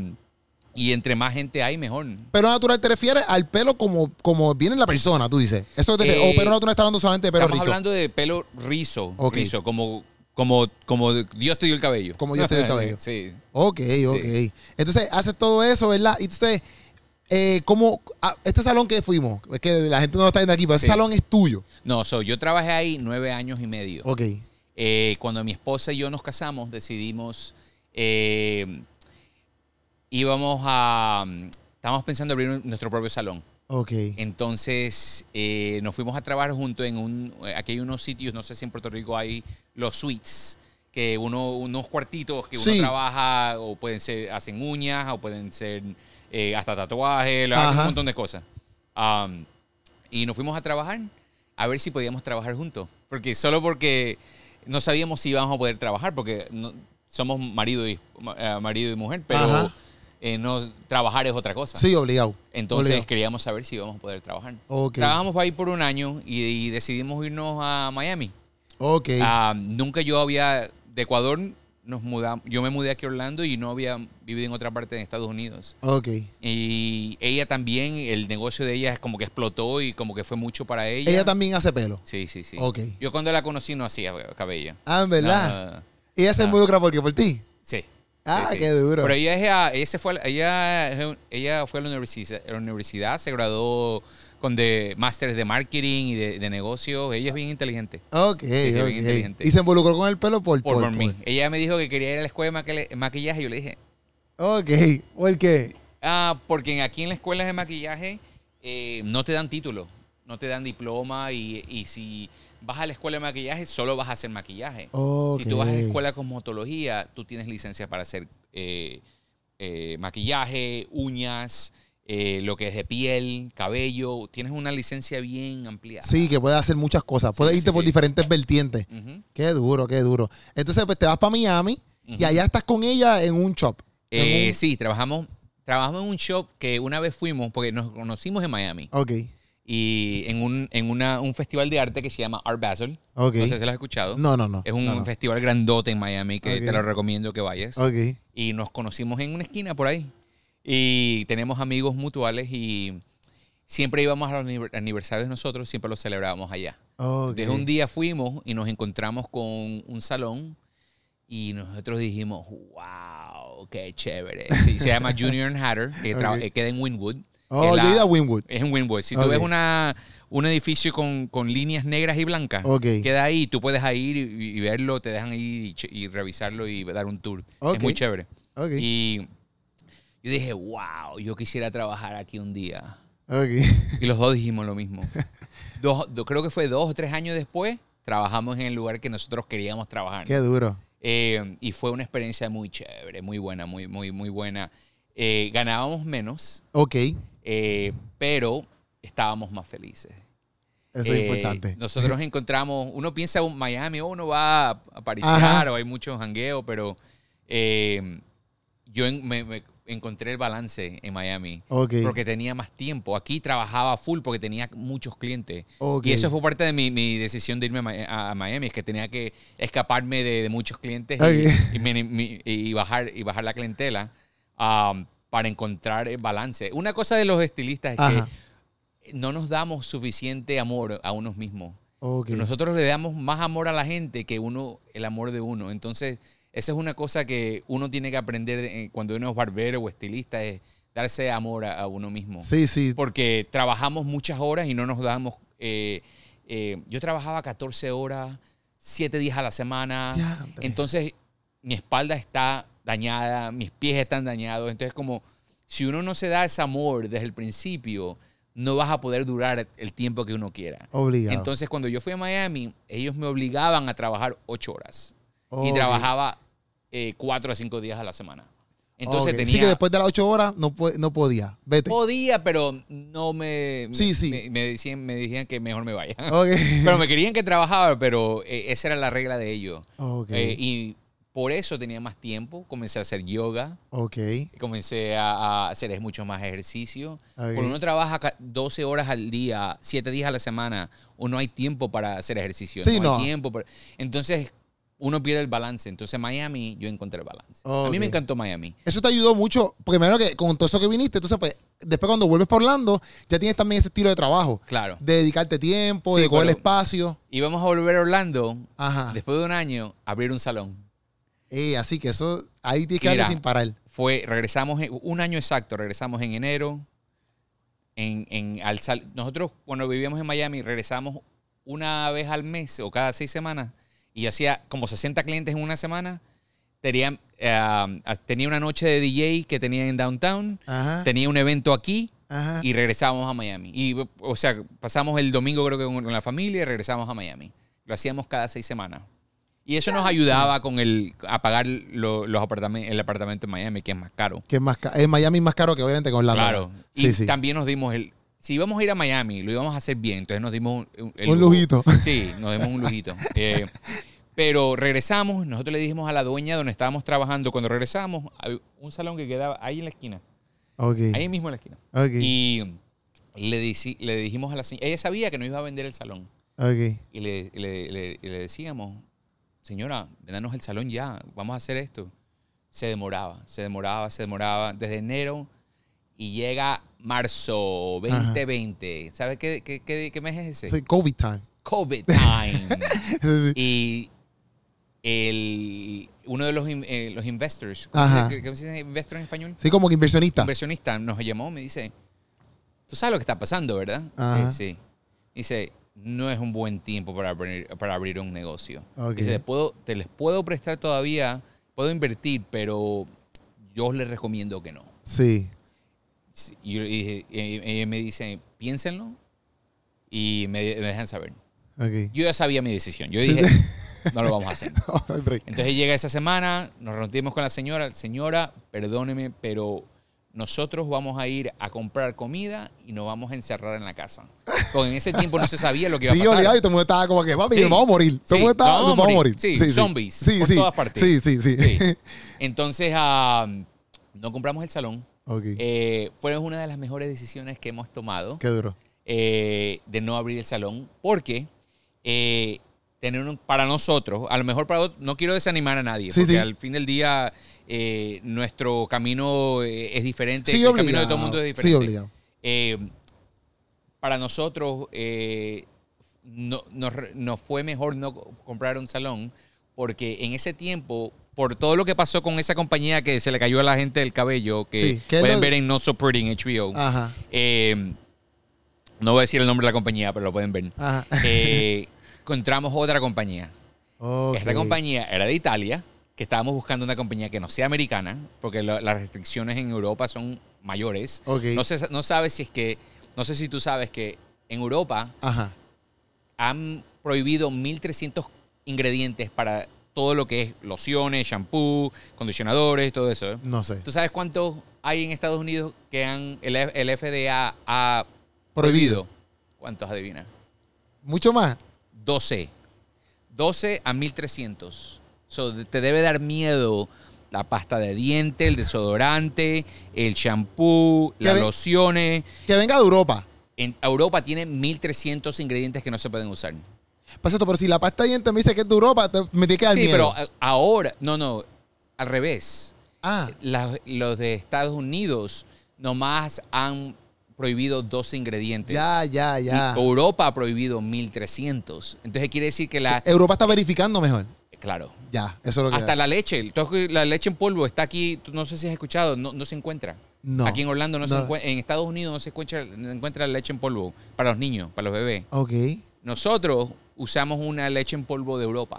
Speaker 2: y entre más gente hay, mejor.
Speaker 1: Pero natural te refieres al pelo como, como viene la persona, tú dices. Eso te,
Speaker 2: Eh,
Speaker 1: o pero natural está hablando solamente de pelo
Speaker 2: Estamos
Speaker 1: rizo.
Speaker 2: hablando de pelo rizo,
Speaker 1: Ok.
Speaker 2: rizo como, como, como Dios te dio el cabello.
Speaker 1: Como Dios te dio el cabello.
Speaker 2: sí.
Speaker 1: Ok, ok. Entonces, haces todo eso, ¿verdad? Y entonces, eh, ¿cómo, a- este salón que fuimos, es que la gente no lo está viendo aquí, pero ese
Speaker 2: Sí.
Speaker 1: salón es tuyo.
Speaker 2: No, so, yo trabajé ahí nueve años y medio.
Speaker 1: Ok.
Speaker 2: Eh, cuando mi esposa y yo nos casamos, decidimos. eh, íbamos a. mm, Estábamos pensando abrir un- nuestro propio salón.
Speaker 1: Ok.
Speaker 2: Entonces eh, nos fuimos a trabajar juntos en un. eh, Aquí hay unos sitios, no sé si en Puerto Rico hay los suites, que uno, unos cuartitos que uno
Speaker 1: Sí.
Speaker 2: trabaja, o pueden ser, hacen uñas, o pueden ser eh, hasta tatuajes, le hacen
Speaker 1: Ajá.
Speaker 2: un montón de cosas. Am, y nos fuimos a trabajar a ver si podíamos trabajar juntos. Porque solo porque no sabíamos si íbamos a poder trabajar, porque no- somos marido y, ma- eh, marido y mujer, pero
Speaker 1: Ajá.
Speaker 2: eh, no, trabajar es otra cosa.
Speaker 1: Sí, obligado.
Speaker 2: Entonces
Speaker 1: Obligado.
Speaker 2: queríamos saber si íbamos a poder trabajar.
Speaker 1: Ok.
Speaker 2: Trabajamos ahí por un año y, y decidimos irnos a Miami.
Speaker 1: Ok.
Speaker 2: Ah, nunca yo había, de Ecuador nos mudamos, yo me mudé aquí a Orlando y no había vivido en otra parte de Estados Unidos.
Speaker 1: Ok.
Speaker 2: Y ella también, el negocio de ella es como que explotó y como que fue mucho para ella.
Speaker 1: Ella también hace pelo.
Speaker 2: Sí, sí, sí.
Speaker 1: Ok.
Speaker 2: Yo cuando la conocí no hacía cabello.
Speaker 1: Ah, en verdad.
Speaker 2: No, no, no.
Speaker 1: Ella se involucra porque por ti.
Speaker 2: Sí.
Speaker 1: Ah,
Speaker 2: Sí, sí.
Speaker 1: qué duro.
Speaker 2: Pero ella, es a- ella se fue, a la- ella, ella fue a la universidad, a la universidad, se graduó con de másteres de marketing y de, de negocios. Ella es bien inteligente.
Speaker 1: ok,
Speaker 2: sí, bien
Speaker 1: ok.
Speaker 2: inteligente.
Speaker 1: Y se involucró con el pelo por,
Speaker 2: Por, por mí.
Speaker 1: por-
Speaker 2: Ella me dijo que quería ir a la escuela de maquila- maquillaje y yo le dije,
Speaker 1: Ok, ¿por qué?
Speaker 2: ah, porque en- aquí en las escuelas de maquillaje eh, no te dan título, no te dan diploma y, y si vas a la escuela de maquillaje solo vas a hacer maquillaje.
Speaker 1: Ok.
Speaker 2: Si tú vas a la escuela de cosmetología, tú tienes licencia para hacer eh, eh, maquillaje, uñas, eh, lo que es de piel, cabello. Tienes una licencia bien ampliada.
Speaker 1: Sí, que puede hacer muchas cosas. Puede
Speaker 2: Sí,
Speaker 1: irte
Speaker 2: sí,
Speaker 1: por
Speaker 2: sí.
Speaker 1: diferentes vertientes.
Speaker 2: Ujú.
Speaker 1: Qué duro, qué duro. Entonces, pues te vas para Miami y
Speaker 2: Ujú.
Speaker 1: allá estás con ella en un shop. En
Speaker 2: Eh,
Speaker 1: un-
Speaker 2: Sí, trabajamos, trabajamos en un shop que una vez fuimos, porque nos conocimos en Miami,
Speaker 1: Ok,
Speaker 2: y en, un, en una- un festival de arte que se llama Art Basel.
Speaker 1: ok.
Speaker 2: No sé si lo has escuchado.
Speaker 1: No, no, no.
Speaker 2: Es un
Speaker 1: no, no.
Speaker 2: festival grandote en Miami que
Speaker 1: Ok.
Speaker 2: te lo recomiendo que vayas.
Speaker 1: Ok.
Speaker 2: y nos conocimos en una esquina por ahí. Y tenemos amigos mutuales y siempre íbamos a los aniver- aniversarios de nosotros, siempre los celebrábamos allá.
Speaker 1: ok.
Speaker 2: Desde un día fuimos y nos encontramos con un salón y nosotros dijimos, wow, qué chévere. Sí, se llama Junior and Hatter, que tra-
Speaker 1: Ok.
Speaker 2: eh, queda en Winwood.
Speaker 1: Oh,
Speaker 2: Es la-
Speaker 1: yo he ido a Winwood.
Speaker 2: es en Winwood. Si tú
Speaker 1: Ok.
Speaker 2: ves una, un edificio con, con líneas negras y blancas,
Speaker 1: Ok.
Speaker 2: queda ahí, tú puedes ahí ir y, y verlo, te dejan ir y, che- y revisarlo y dar un tour.
Speaker 1: Ok.
Speaker 2: Es muy chévere.
Speaker 1: Ok,
Speaker 2: Y yo dije, wow, yo quisiera trabajar aquí un día.
Speaker 1: ok.
Speaker 2: Y los dos dijimos lo mismo. Dos- do- creo que fue dos o tres años después, trabajamos en el lugar que nosotros queríamos trabajar.
Speaker 1: Qué duro.
Speaker 2: Eh, y fue una experiencia muy chévere, muy buena, muy, muy, muy buena. Eh, ganábamos menos,
Speaker 1: Ok,
Speaker 2: eh, pero estábamos más felices.
Speaker 1: eso es
Speaker 2: Eh,
Speaker 1: importante.
Speaker 2: Nosotros encontramos, uno piensa en Miami, oh, uno va a a parisear o hay muchos jangueos, pero eh, yo en- me, me encontré el balance en Miami.
Speaker 1: Ok,
Speaker 2: Porque tenía más tiempo. Aquí trabajaba full porque tenía muchos clientes.
Speaker 1: ok.
Speaker 2: Y eso fue parte de mi, mi decisión de irme a Mi- a, a Miami, es que tenía que escaparme de, de muchos clientes y-
Speaker 1: Ok.
Speaker 2: y, me- mi- y bajar, y bajar la clientela ah, para encontrar el balance. Una cosa de los estilistas es que
Speaker 1: Ajá.
Speaker 2: no nos damos suficiente amor a unos mismos.
Speaker 1: Ok.
Speaker 2: Pero nosotros le damos más amor a la gente que uno, el amor de uno. Entonces, esa es una cosa que uno tiene que aprender eh, cuando uno es barbero o estilista, es darse amor a, a uno mismo.
Speaker 1: Sí, sí.
Speaker 2: Porque trabajamos muchas horas y no nos damos... eh, eh, yo trabajaba 14 horas, 7 días a la semana.
Speaker 1: Diantre.
Speaker 2: Entonces, mi espalda está dañada, mis pies están dañados. Entonces, como si uno no se da ese amor desde el principio, no vas a poder durar el tiempo que uno quiera.
Speaker 1: Obligado.
Speaker 2: Entonces, cuando yo fui a Miami, ellos me obligaban a trabajar ocho horas.
Speaker 1: Ok.
Speaker 2: Y trabajaba eh, cuatro a cinco días a la semana. Entonces
Speaker 1: Ok.
Speaker 2: tenía...
Speaker 1: Sí, que después de las ocho horas no, pu- no podía. Vete.
Speaker 2: Podía, pero no me...
Speaker 1: Sí,
Speaker 2: me-
Speaker 1: sí.
Speaker 2: Me, me decían, me decían que mejor me vaya.
Speaker 1: Ok.
Speaker 2: pero me querían que trabajara, pero eh, esa era la regla de ellos.
Speaker 1: Ok.
Speaker 2: Eh, y por eso tenía más tiempo. Comencé a hacer yoga.
Speaker 1: ok.
Speaker 2: Comencé a, a hacer mucho más ejercicio.
Speaker 1: Ok.
Speaker 2: Cuando uno trabaja ca- 12 horas al día, 7 días a la semana, uno hay tiempo para hacer ejercicio.
Speaker 1: Sí,
Speaker 2: no,
Speaker 1: no.
Speaker 2: hay tiempo. para- Entonces, uno pierde el balance. Entonces, Miami, yo encontré el balance. A
Speaker 1: Ok.
Speaker 2: mí me encantó Miami.
Speaker 1: Eso te ayudó mucho, primero que con todo eso que viniste, entonces pues después cuando vuelves para Orlando, ya tienes también ese estilo de trabajo,
Speaker 2: Claro.
Speaker 1: de dedicarte tiempo,
Speaker 2: Sí,
Speaker 1: de coger el
Speaker 2: pero-
Speaker 1: espacio.
Speaker 2: Íbamos a volver a Orlando,
Speaker 1: Ajá.
Speaker 2: después de un año, a abrir un salón.
Speaker 1: Eh, así que eso, ahí tienes que darle
Speaker 2: Mira.
Speaker 1: sin parar.
Speaker 2: fue, regresamos en- un año exacto, regresamos en enero. En, en- al sal- nosotros cuando vivíamos en Miami regresamos una vez al mes o cada seis semanas y yo hacía como 60 clientes en una semana. Tenía, eh, tenía una noche de DJ que tenía en downtown,
Speaker 1: Ajá.
Speaker 2: tenía un evento aquí
Speaker 1: Ajá.
Speaker 2: y regresábamos a Miami. Y, o sea, pasamos el domingo creo que con la familia y regresamos a Miami. Lo hacíamos cada seis semanas. Y eso nos ayudaba con el, a pagar lo- los apartame- el apartamento en Miami, que es más caro.
Speaker 1: que es más ca- eh, Miami es más caro que obviamente con Orlando.
Speaker 2: Claro.
Speaker 1: Sí,
Speaker 2: y
Speaker 1: sí.
Speaker 2: también nos dimos el... Si íbamos a ir a Miami, lo íbamos a hacer bien. Entonces nos dimos un, el
Speaker 1: Un
Speaker 2: lujo.
Speaker 1: lujito.
Speaker 2: Sí, nos dimos un lujito. Eh, pero regresamos, nosotros le dijimos a la dueña donde estábamos trabajando, cuando regresamos, hay un salón que quedaba ahí en la esquina,
Speaker 1: Ok.
Speaker 2: ahí mismo en la esquina.
Speaker 1: Ok.
Speaker 2: Y le, dici- le dijimos a la señora, ella sabía que no iba a vender el salón.
Speaker 1: ok.
Speaker 2: Y le, le- le- le decíamos, señora, véndanos el salón ya, vamos a hacer esto. Se demoraba, se demoraba, se demoraba desde enero y llega marzo 2020. ¿Sabes qué, qué, qué- qué mes es ese?
Speaker 1: Sí, COVID time.
Speaker 2: COVID time.
Speaker 1: Sí, sí.
Speaker 2: y el, uno de los, in- eh, los investors,
Speaker 1: Ajá.
Speaker 2: ¿cómo se, cómo se dice investor en español?
Speaker 1: Sí, como que inversionista.
Speaker 2: inversionista nos llamó, me dice, tú sabes lo que está pasando, ¿verdad?
Speaker 1: Ajá.
Speaker 2: Eh, sí. Dice, no es un buen tiempo para abrir, para abrir un negocio.
Speaker 1: Ok.
Speaker 2: Dice, "Te puedo, te les puedo prestar todavía, puedo invertir, pero yo les recomiendo que no.
Speaker 1: Sí.
Speaker 2: Sí, Y yo le dije- y- y me dice, piénsenlo y me, me dejan saber.
Speaker 1: Ok.
Speaker 2: Yo ya sabía mi decisión. Yo dije, no lo vamos a hacer.
Speaker 1: No, no hay break.
Speaker 2: Entonces llega esa semana, nos reunimos con la señora, señora, perdóneme, pero nosotros vamos a ir a comprar comida y nos vamos a encerrar en la casa. Porque en ese tiempo no se sabía lo que iba a
Speaker 1: Sí,
Speaker 2: pasar.
Speaker 1: obligado. Y todo el mundo estaba como que, papi,
Speaker 2: Sí.
Speaker 1: nos vamos a morir. Todo el
Speaker 2: Sí,
Speaker 1: mundo estaba, nos vamos a morir.
Speaker 2: Sí, zombies
Speaker 1: Sí,
Speaker 2: por
Speaker 1: sí.
Speaker 2: todas partes.
Speaker 1: Sí, sí, sí.
Speaker 2: Sí. Entonces, ah, no compramos el salón.
Speaker 1: ok.
Speaker 2: Eh, fue una de las mejores decisiones que hemos tomado
Speaker 1: Qué duro.
Speaker 2: eh, de no abrir el salón, porque eh, tener un- para nosotros, a lo mejor para ot- no quiero desanimar a nadie,
Speaker 1: Sí,
Speaker 2: porque
Speaker 1: sí.
Speaker 2: al fin del día eh, nuestro camino eh, es diferente,
Speaker 1: Sí,
Speaker 2: el
Speaker 1: obligado.
Speaker 2: camino de todo el mundo es
Speaker 1: Sí,
Speaker 2: diferente.
Speaker 1: obligado.
Speaker 2: Eh, para nosotros eh, no- nos, re- nos fue mejor no co- comprar un salón porque en ese tiempo, por todo lo que pasó con esa compañía que se le cayó a la gente del cabello, que
Speaker 1: Sí, que es
Speaker 2: pueden
Speaker 1: lo- Ah,
Speaker 2: ver en Not So Pretty en HBO,
Speaker 1: Ajá.
Speaker 2: eh, no voy a decir el nombre de la compañía, pero lo pueden ver,
Speaker 1: Ajá.
Speaker 2: Eh, encontramos otra compañía.
Speaker 1: Ok.
Speaker 2: Esta compañía era de Italia, que estábamos buscando una compañía que no sea americana, porque lo- las restricciones en Europa son mayores.
Speaker 1: Ok.
Speaker 2: No, sé, no sabes si es que, no sé si tú sabes que en Europa
Speaker 1: Ajá.
Speaker 2: han prohibido 1.300 ingredientes para todo lo que es lociones, shampoo, condicionadores, todo eso. ¿eh?
Speaker 1: No sé.
Speaker 2: ¿Tú sabes cuántos hay en Estados Unidos que han, el, F- el FDA ha
Speaker 1: Prohibido.
Speaker 2: prohibido? ¿Cuántos adivina?
Speaker 1: Mucho más.
Speaker 2: 12. 12 a 1300. So, te debe dar miedo la pasta de diente, el desodorante, el shampoo,
Speaker 1: Que
Speaker 2: las
Speaker 1: ve-
Speaker 2: lociones.
Speaker 1: Que venga de Europa.
Speaker 2: En Europa tiene 1300 ingredientes que no se pueden usar.
Speaker 1: Pasa esto, Pues, pero si la pasta de dientes me dice que es de Europa, te- me tiene que dar
Speaker 2: sí,
Speaker 1: miedo.
Speaker 2: pero a- ahora, no, no, al revés.
Speaker 1: Ah,
Speaker 2: Las- los de Estados Unidos nomás han prohibido 12 ingredientes.
Speaker 1: Ya, ya, ya.
Speaker 2: Y Europa ha prohibido 1300. Entonces quiere decir que la.
Speaker 1: Europa está verificando mejor.
Speaker 2: Claro.
Speaker 1: Ya, eso es lo que
Speaker 2: Hasta
Speaker 1: es.
Speaker 2: la leche. Tú has escu- La leche en polvo está aquí. tú No sé si has escuchado. No, no se encuentra.
Speaker 1: No.
Speaker 2: Aquí en Orlando no, se
Speaker 1: No.
Speaker 2: encuentra. En Estados Unidos no se encuentra, no encuentra la leche en polvo para los niños, para los bebés.
Speaker 1: Ok.
Speaker 2: Nosotros usamos una leche en polvo de Europa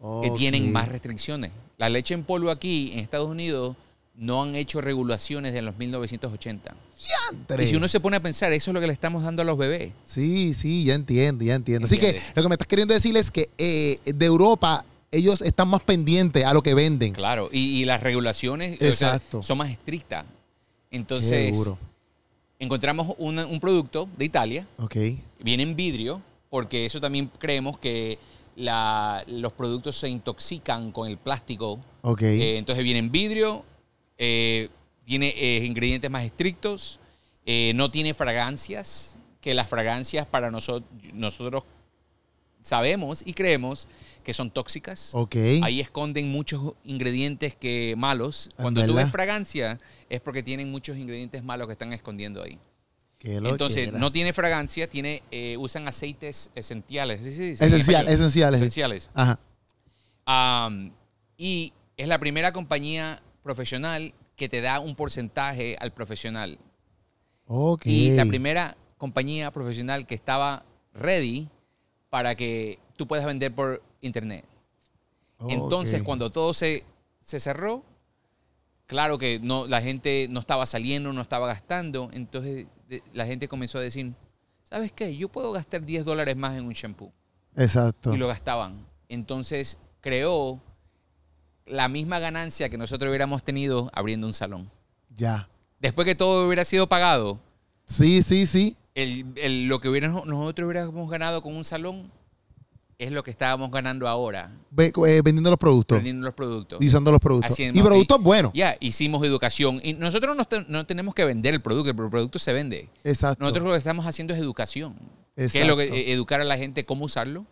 Speaker 2: que
Speaker 1: Ok.
Speaker 2: tienen más restricciones. La leche en polvo aquí en Estados Unidos no han hecho regulaciones desde los 1980. Y
Speaker 1: Tres.
Speaker 2: si uno se pone a pensar, eso es lo que le estamos dando a los bebés.
Speaker 1: Sí, sí, ya entiendo, ya entiendo. Así que
Speaker 2: ¿Entiendes?
Speaker 1: lo que me estás queriendo decir es que eh, de Europa ellos están más pendientes a lo que venden.
Speaker 2: Claro, y, y las regulaciones o sea,
Speaker 1: Exacto.
Speaker 2: son más estrictas.
Speaker 1: Qué
Speaker 2: Entonces,
Speaker 1: duro.
Speaker 2: encontramos un, un producto de Italia,
Speaker 1: Ok.
Speaker 2: viene en vidrio, porque eso también creemos que la- los productos se intoxican con el plástico.
Speaker 1: Ok.
Speaker 2: Eh, entonces viene en vidrio, eh, tiene eh, ingredientes más estrictos, eh, no tiene fragancias, que las fragancias para noso- nosotros sabemos y creemos que son tóxicas.
Speaker 1: ok.
Speaker 2: Ahí esconden muchos ingredientes que malos.
Speaker 1: Ah,
Speaker 2: Cuando tú
Speaker 1: ¿verdad?
Speaker 2: ves fragancia es porque tienen muchos ingredientes malos que están escondiendo ahí.
Speaker 1: Qué lo
Speaker 2: Entonces,
Speaker 1: que era.
Speaker 2: no tiene fragancia, tiene, eh, usan aceites esenciales. ¿sí se dice en
Speaker 1: Esencial,
Speaker 2: español?
Speaker 1: esencial, esencial.
Speaker 2: Esenciales.
Speaker 1: Ajá.
Speaker 2: Am, y es la primera compañía profesional que te da un porcentaje al profesional.
Speaker 1: Ok.
Speaker 2: Y la primera compañía profesional que estaba ready para que tú puedas vender por internet. Entonces,
Speaker 1: Oh, Ok.
Speaker 2: cuando todo se, se cerró, claro que no, la gente no estaba saliendo, no estaba gastando. Entonces, de- la gente comenzó a decir, ¿sabes qué? Yo puedo gastar 10 dólares más en un shampoo
Speaker 1: Exacto.
Speaker 2: y lo gastaban. Entonces creó la misma ganancia que nosotros hubiéramos tenido abriendo un salón.
Speaker 1: Ya.
Speaker 2: Después que todo hubiera sido pagado,
Speaker 1: Sí, sí, sí.
Speaker 2: el- el- lo que hubiéramos- nosotros hubiéramos ganado con un salón es lo que estábamos ganando ahora,
Speaker 1: Ve- eh, vendiendo los productos.
Speaker 2: vendiendo los productos.
Speaker 1: Y usando los productos.
Speaker 2: Así es,
Speaker 1: y
Speaker 2: ¿no?
Speaker 1: productos buenos.
Speaker 2: Ya, hicimos educación. Y nosotros no, te- no tenemos que vender el producto, el producto se vende.
Speaker 1: Exacto.
Speaker 2: Nosotros lo que estamos haciendo es educación. Que es
Speaker 1: Exacto.
Speaker 2: lo que, eh, educar a la gente cómo usarlo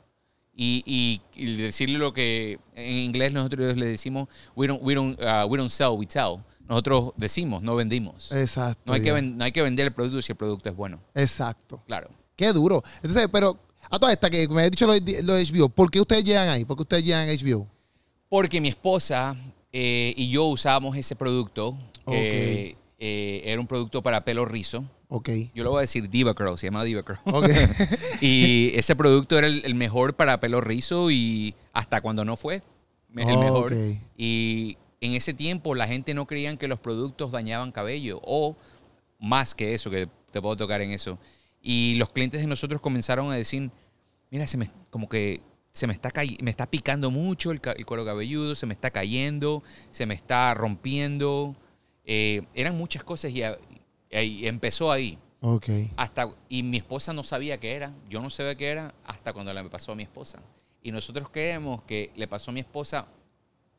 Speaker 2: y, y- y decirle lo que en inglés nosotros le decimos, we don't, we don't, uh, we don't sell, we tell. Nosotros decimos, no vendimos.
Speaker 1: Exacto.
Speaker 2: no, hay que
Speaker 1: ya.
Speaker 2: ven- no hay que vender el producto si el producto es bueno.
Speaker 1: Exacto.
Speaker 2: Claro.
Speaker 1: Qué duro. Entonces, pero a toda esta que me habías dicho lo de, lo de HBO, ¿por qué ustedes llegan ahí? ¿Por qué ustedes llegan a HBO?
Speaker 2: Porque mi esposa eh, y yo usábamos ese producto, que eh, era un producto para pelo rizo.
Speaker 1: Ok.
Speaker 2: Yo lo voy a decir Diva Curl, se llama Diva Curl.
Speaker 1: Ok.
Speaker 2: Y ese producto era el, el mejor para pelo rizo y hasta cuando no fue me- el
Speaker 1: Oh,
Speaker 2: mejor.
Speaker 1: ok.
Speaker 2: Y en ese tiempo la gente no creían que los productos dañaban cabello o más que eso, que te puedo tocar en eso. Y los clientes de nosotros comenzaron a decir, mira, se me, como que se me está, cay- me está picando mucho el, ca- el cuero cabelludo, se me está cayendo, se me está rompiendo. Eh, eran muchas cosas y, a- y empezó ahí.
Speaker 1: Ok.
Speaker 2: Hasta, y mi esposa no sabía qué era, yo no sabía qué era hasta cuando le pasó a mi esposa. Y nosotros creemos que le pasó a mi esposa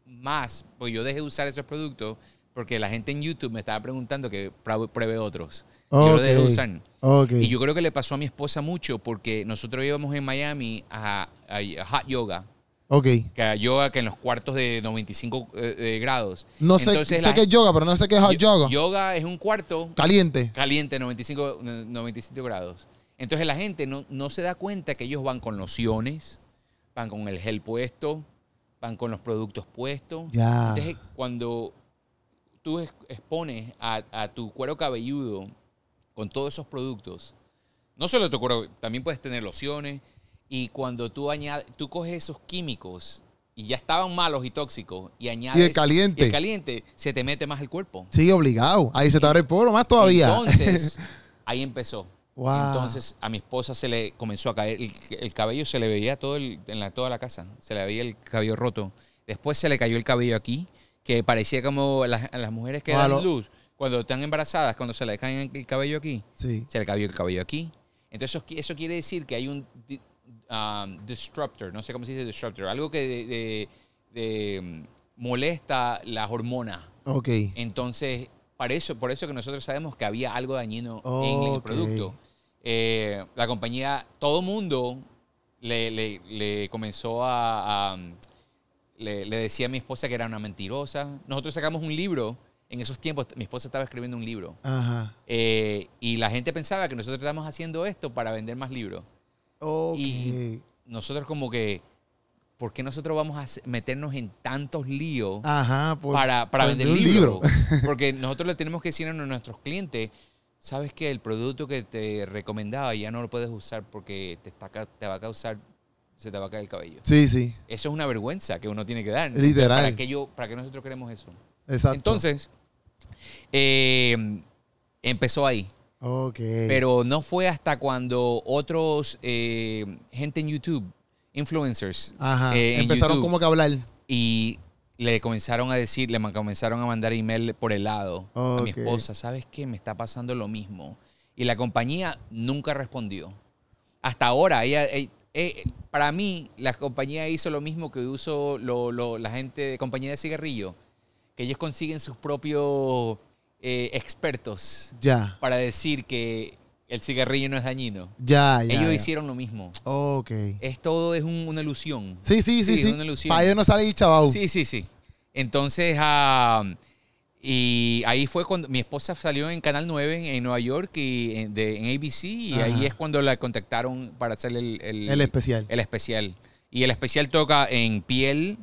Speaker 2: más, pues yo dejé de usar esos productos porque la gente en YouTube me estaba preguntando que pra- pruebe otros. Yo lo dejé de
Speaker 1: Ok.
Speaker 2: usar.
Speaker 1: Ok.
Speaker 2: Y yo creo que le pasó a mi esposa mucho porque nosotros íbamos en Miami a, a- a hot yoga,
Speaker 1: ok.
Speaker 2: que a yoga que en los cuartos de 95 eh, eh, grados.
Speaker 1: No sé,
Speaker 2: Entonces,
Speaker 1: sé
Speaker 2: la
Speaker 1: que es yoga, pero no sé qué es hot yoga.
Speaker 2: yo- Yoga es un cuarto
Speaker 1: Caliente.
Speaker 2: caliente, 95, eh, 95 grados. Entonces la gente no, no se da cuenta que ellos van con lociones, van con el gel puesto, van con los productos puestos.
Speaker 1: Ya.
Speaker 2: Entonces cuando tú ex- expones a, a tu cuero cabelludo con todos esos productos, no solo tu cuero, también puedes tener lociones. Y cuando tú añades, tú coges esos químicos y ya estaban malos y tóxicos y añades
Speaker 1: caliente.
Speaker 2: y el caliente se te mete más el cuerpo.
Speaker 1: Sí, obligado. Ahí se te abre el poro más todavía.
Speaker 2: Entonces, ahí empezó.
Speaker 1: Wow.
Speaker 2: Entonces, a mi esposa se le comenzó a caer el, el cabello, se le veía todo el- en la, toda la casa, se le veía el cabello roto. Después se le cayó el cabello aquí, que parecía como las, a las mujeres que
Speaker 1: Malo.
Speaker 2: dan luz cuando están embarazadas, cuando se le caen el cabello aquí,
Speaker 1: sí.
Speaker 2: se le cayó el cabello aquí. Entonces, eso, qui- eso quiere decir que hay un di- um, disruptor, no sé cómo se dice disruptor, algo que de- de- de, mm, molesta las hormonas.
Speaker 1: Ok.
Speaker 2: Entonces, para eso, por eso que nosotros sabemos que había algo dañino en el
Speaker 1: Ok.
Speaker 2: producto. Eh, la compañía, todo mundo le, le- le comenzó a... a, um, le, le decía a mi esposa que era una mentirosa. Nosotros sacamos un libro en esos tiempos mi esposa estaba escribiendo un libro.
Speaker 1: Ajá.
Speaker 2: Eh, y la gente pensaba que nosotros estábamos haciendo esto para vender más libros.
Speaker 1: Ok.
Speaker 2: Y- Nosotros como que, ¿por qué nosotros vamos a hacer- meternos en tantos líos
Speaker 1: Ajá, pues. por-
Speaker 2: para, para
Speaker 1: por
Speaker 2: vender
Speaker 1: un
Speaker 2: libros? Porque nosotros le tenemos que decir a nuestros clientes, sabes que el producto que te recomendaba ya no lo puedes usar porque te, está, ca- te va a causar, se te va a caer el cabello.
Speaker 1: Sí, sí.
Speaker 2: Eso es una vergüenza que uno tiene que dar.
Speaker 1: Literal.
Speaker 2: ¿Para qué, yo, ¿Para qué nosotros queremos eso?
Speaker 1: Exacto.
Speaker 2: Entonces, eh, empezó ahí.
Speaker 1: Ok.
Speaker 2: Pero no fue hasta cuando otros eh, gente en YouTube, influencers,
Speaker 1: Ajá.
Speaker 2: eh, en
Speaker 1: Empezaron
Speaker 2: YouTube.
Speaker 1: como que a hablar.
Speaker 2: y le comenzaron a decir, le man- comenzaron a mandar email por el lado a mi
Speaker 1: Ok.
Speaker 2: esposa, ¿sabes qué? Me está pasando lo mismo. Y la compañía nunca respondió. Hasta ahora, ella, eh, eh, para mí, la compañía hizo lo mismo que hizo lo- lo- la gente de compañía de cigarrillo, que ellos consiguen sus propios eh, expertos
Speaker 1: Ya.
Speaker 2: para decir que el cigarrillo no es dañino.
Speaker 1: Ya, ya.
Speaker 2: Ellos
Speaker 1: ya.
Speaker 2: hicieron lo mismo.
Speaker 1: Ok.
Speaker 2: Es todo es un- una ilusión.
Speaker 1: Sí, sí, sí.
Speaker 2: Sí,
Speaker 1: sí.
Speaker 2: una ilusión.
Speaker 1: Para ellos no sale ahí, chaval.
Speaker 2: Sí, sí, sí. Entonces, ah, y ahí fue cuando mi esposa salió en Canal 9 en Nueva York y en, de- en ABC y
Speaker 1: Ajá.
Speaker 2: ahí es cuando la contactaron para hacer el, el-
Speaker 1: El especial.
Speaker 2: el especial. Y el especial toca en piel,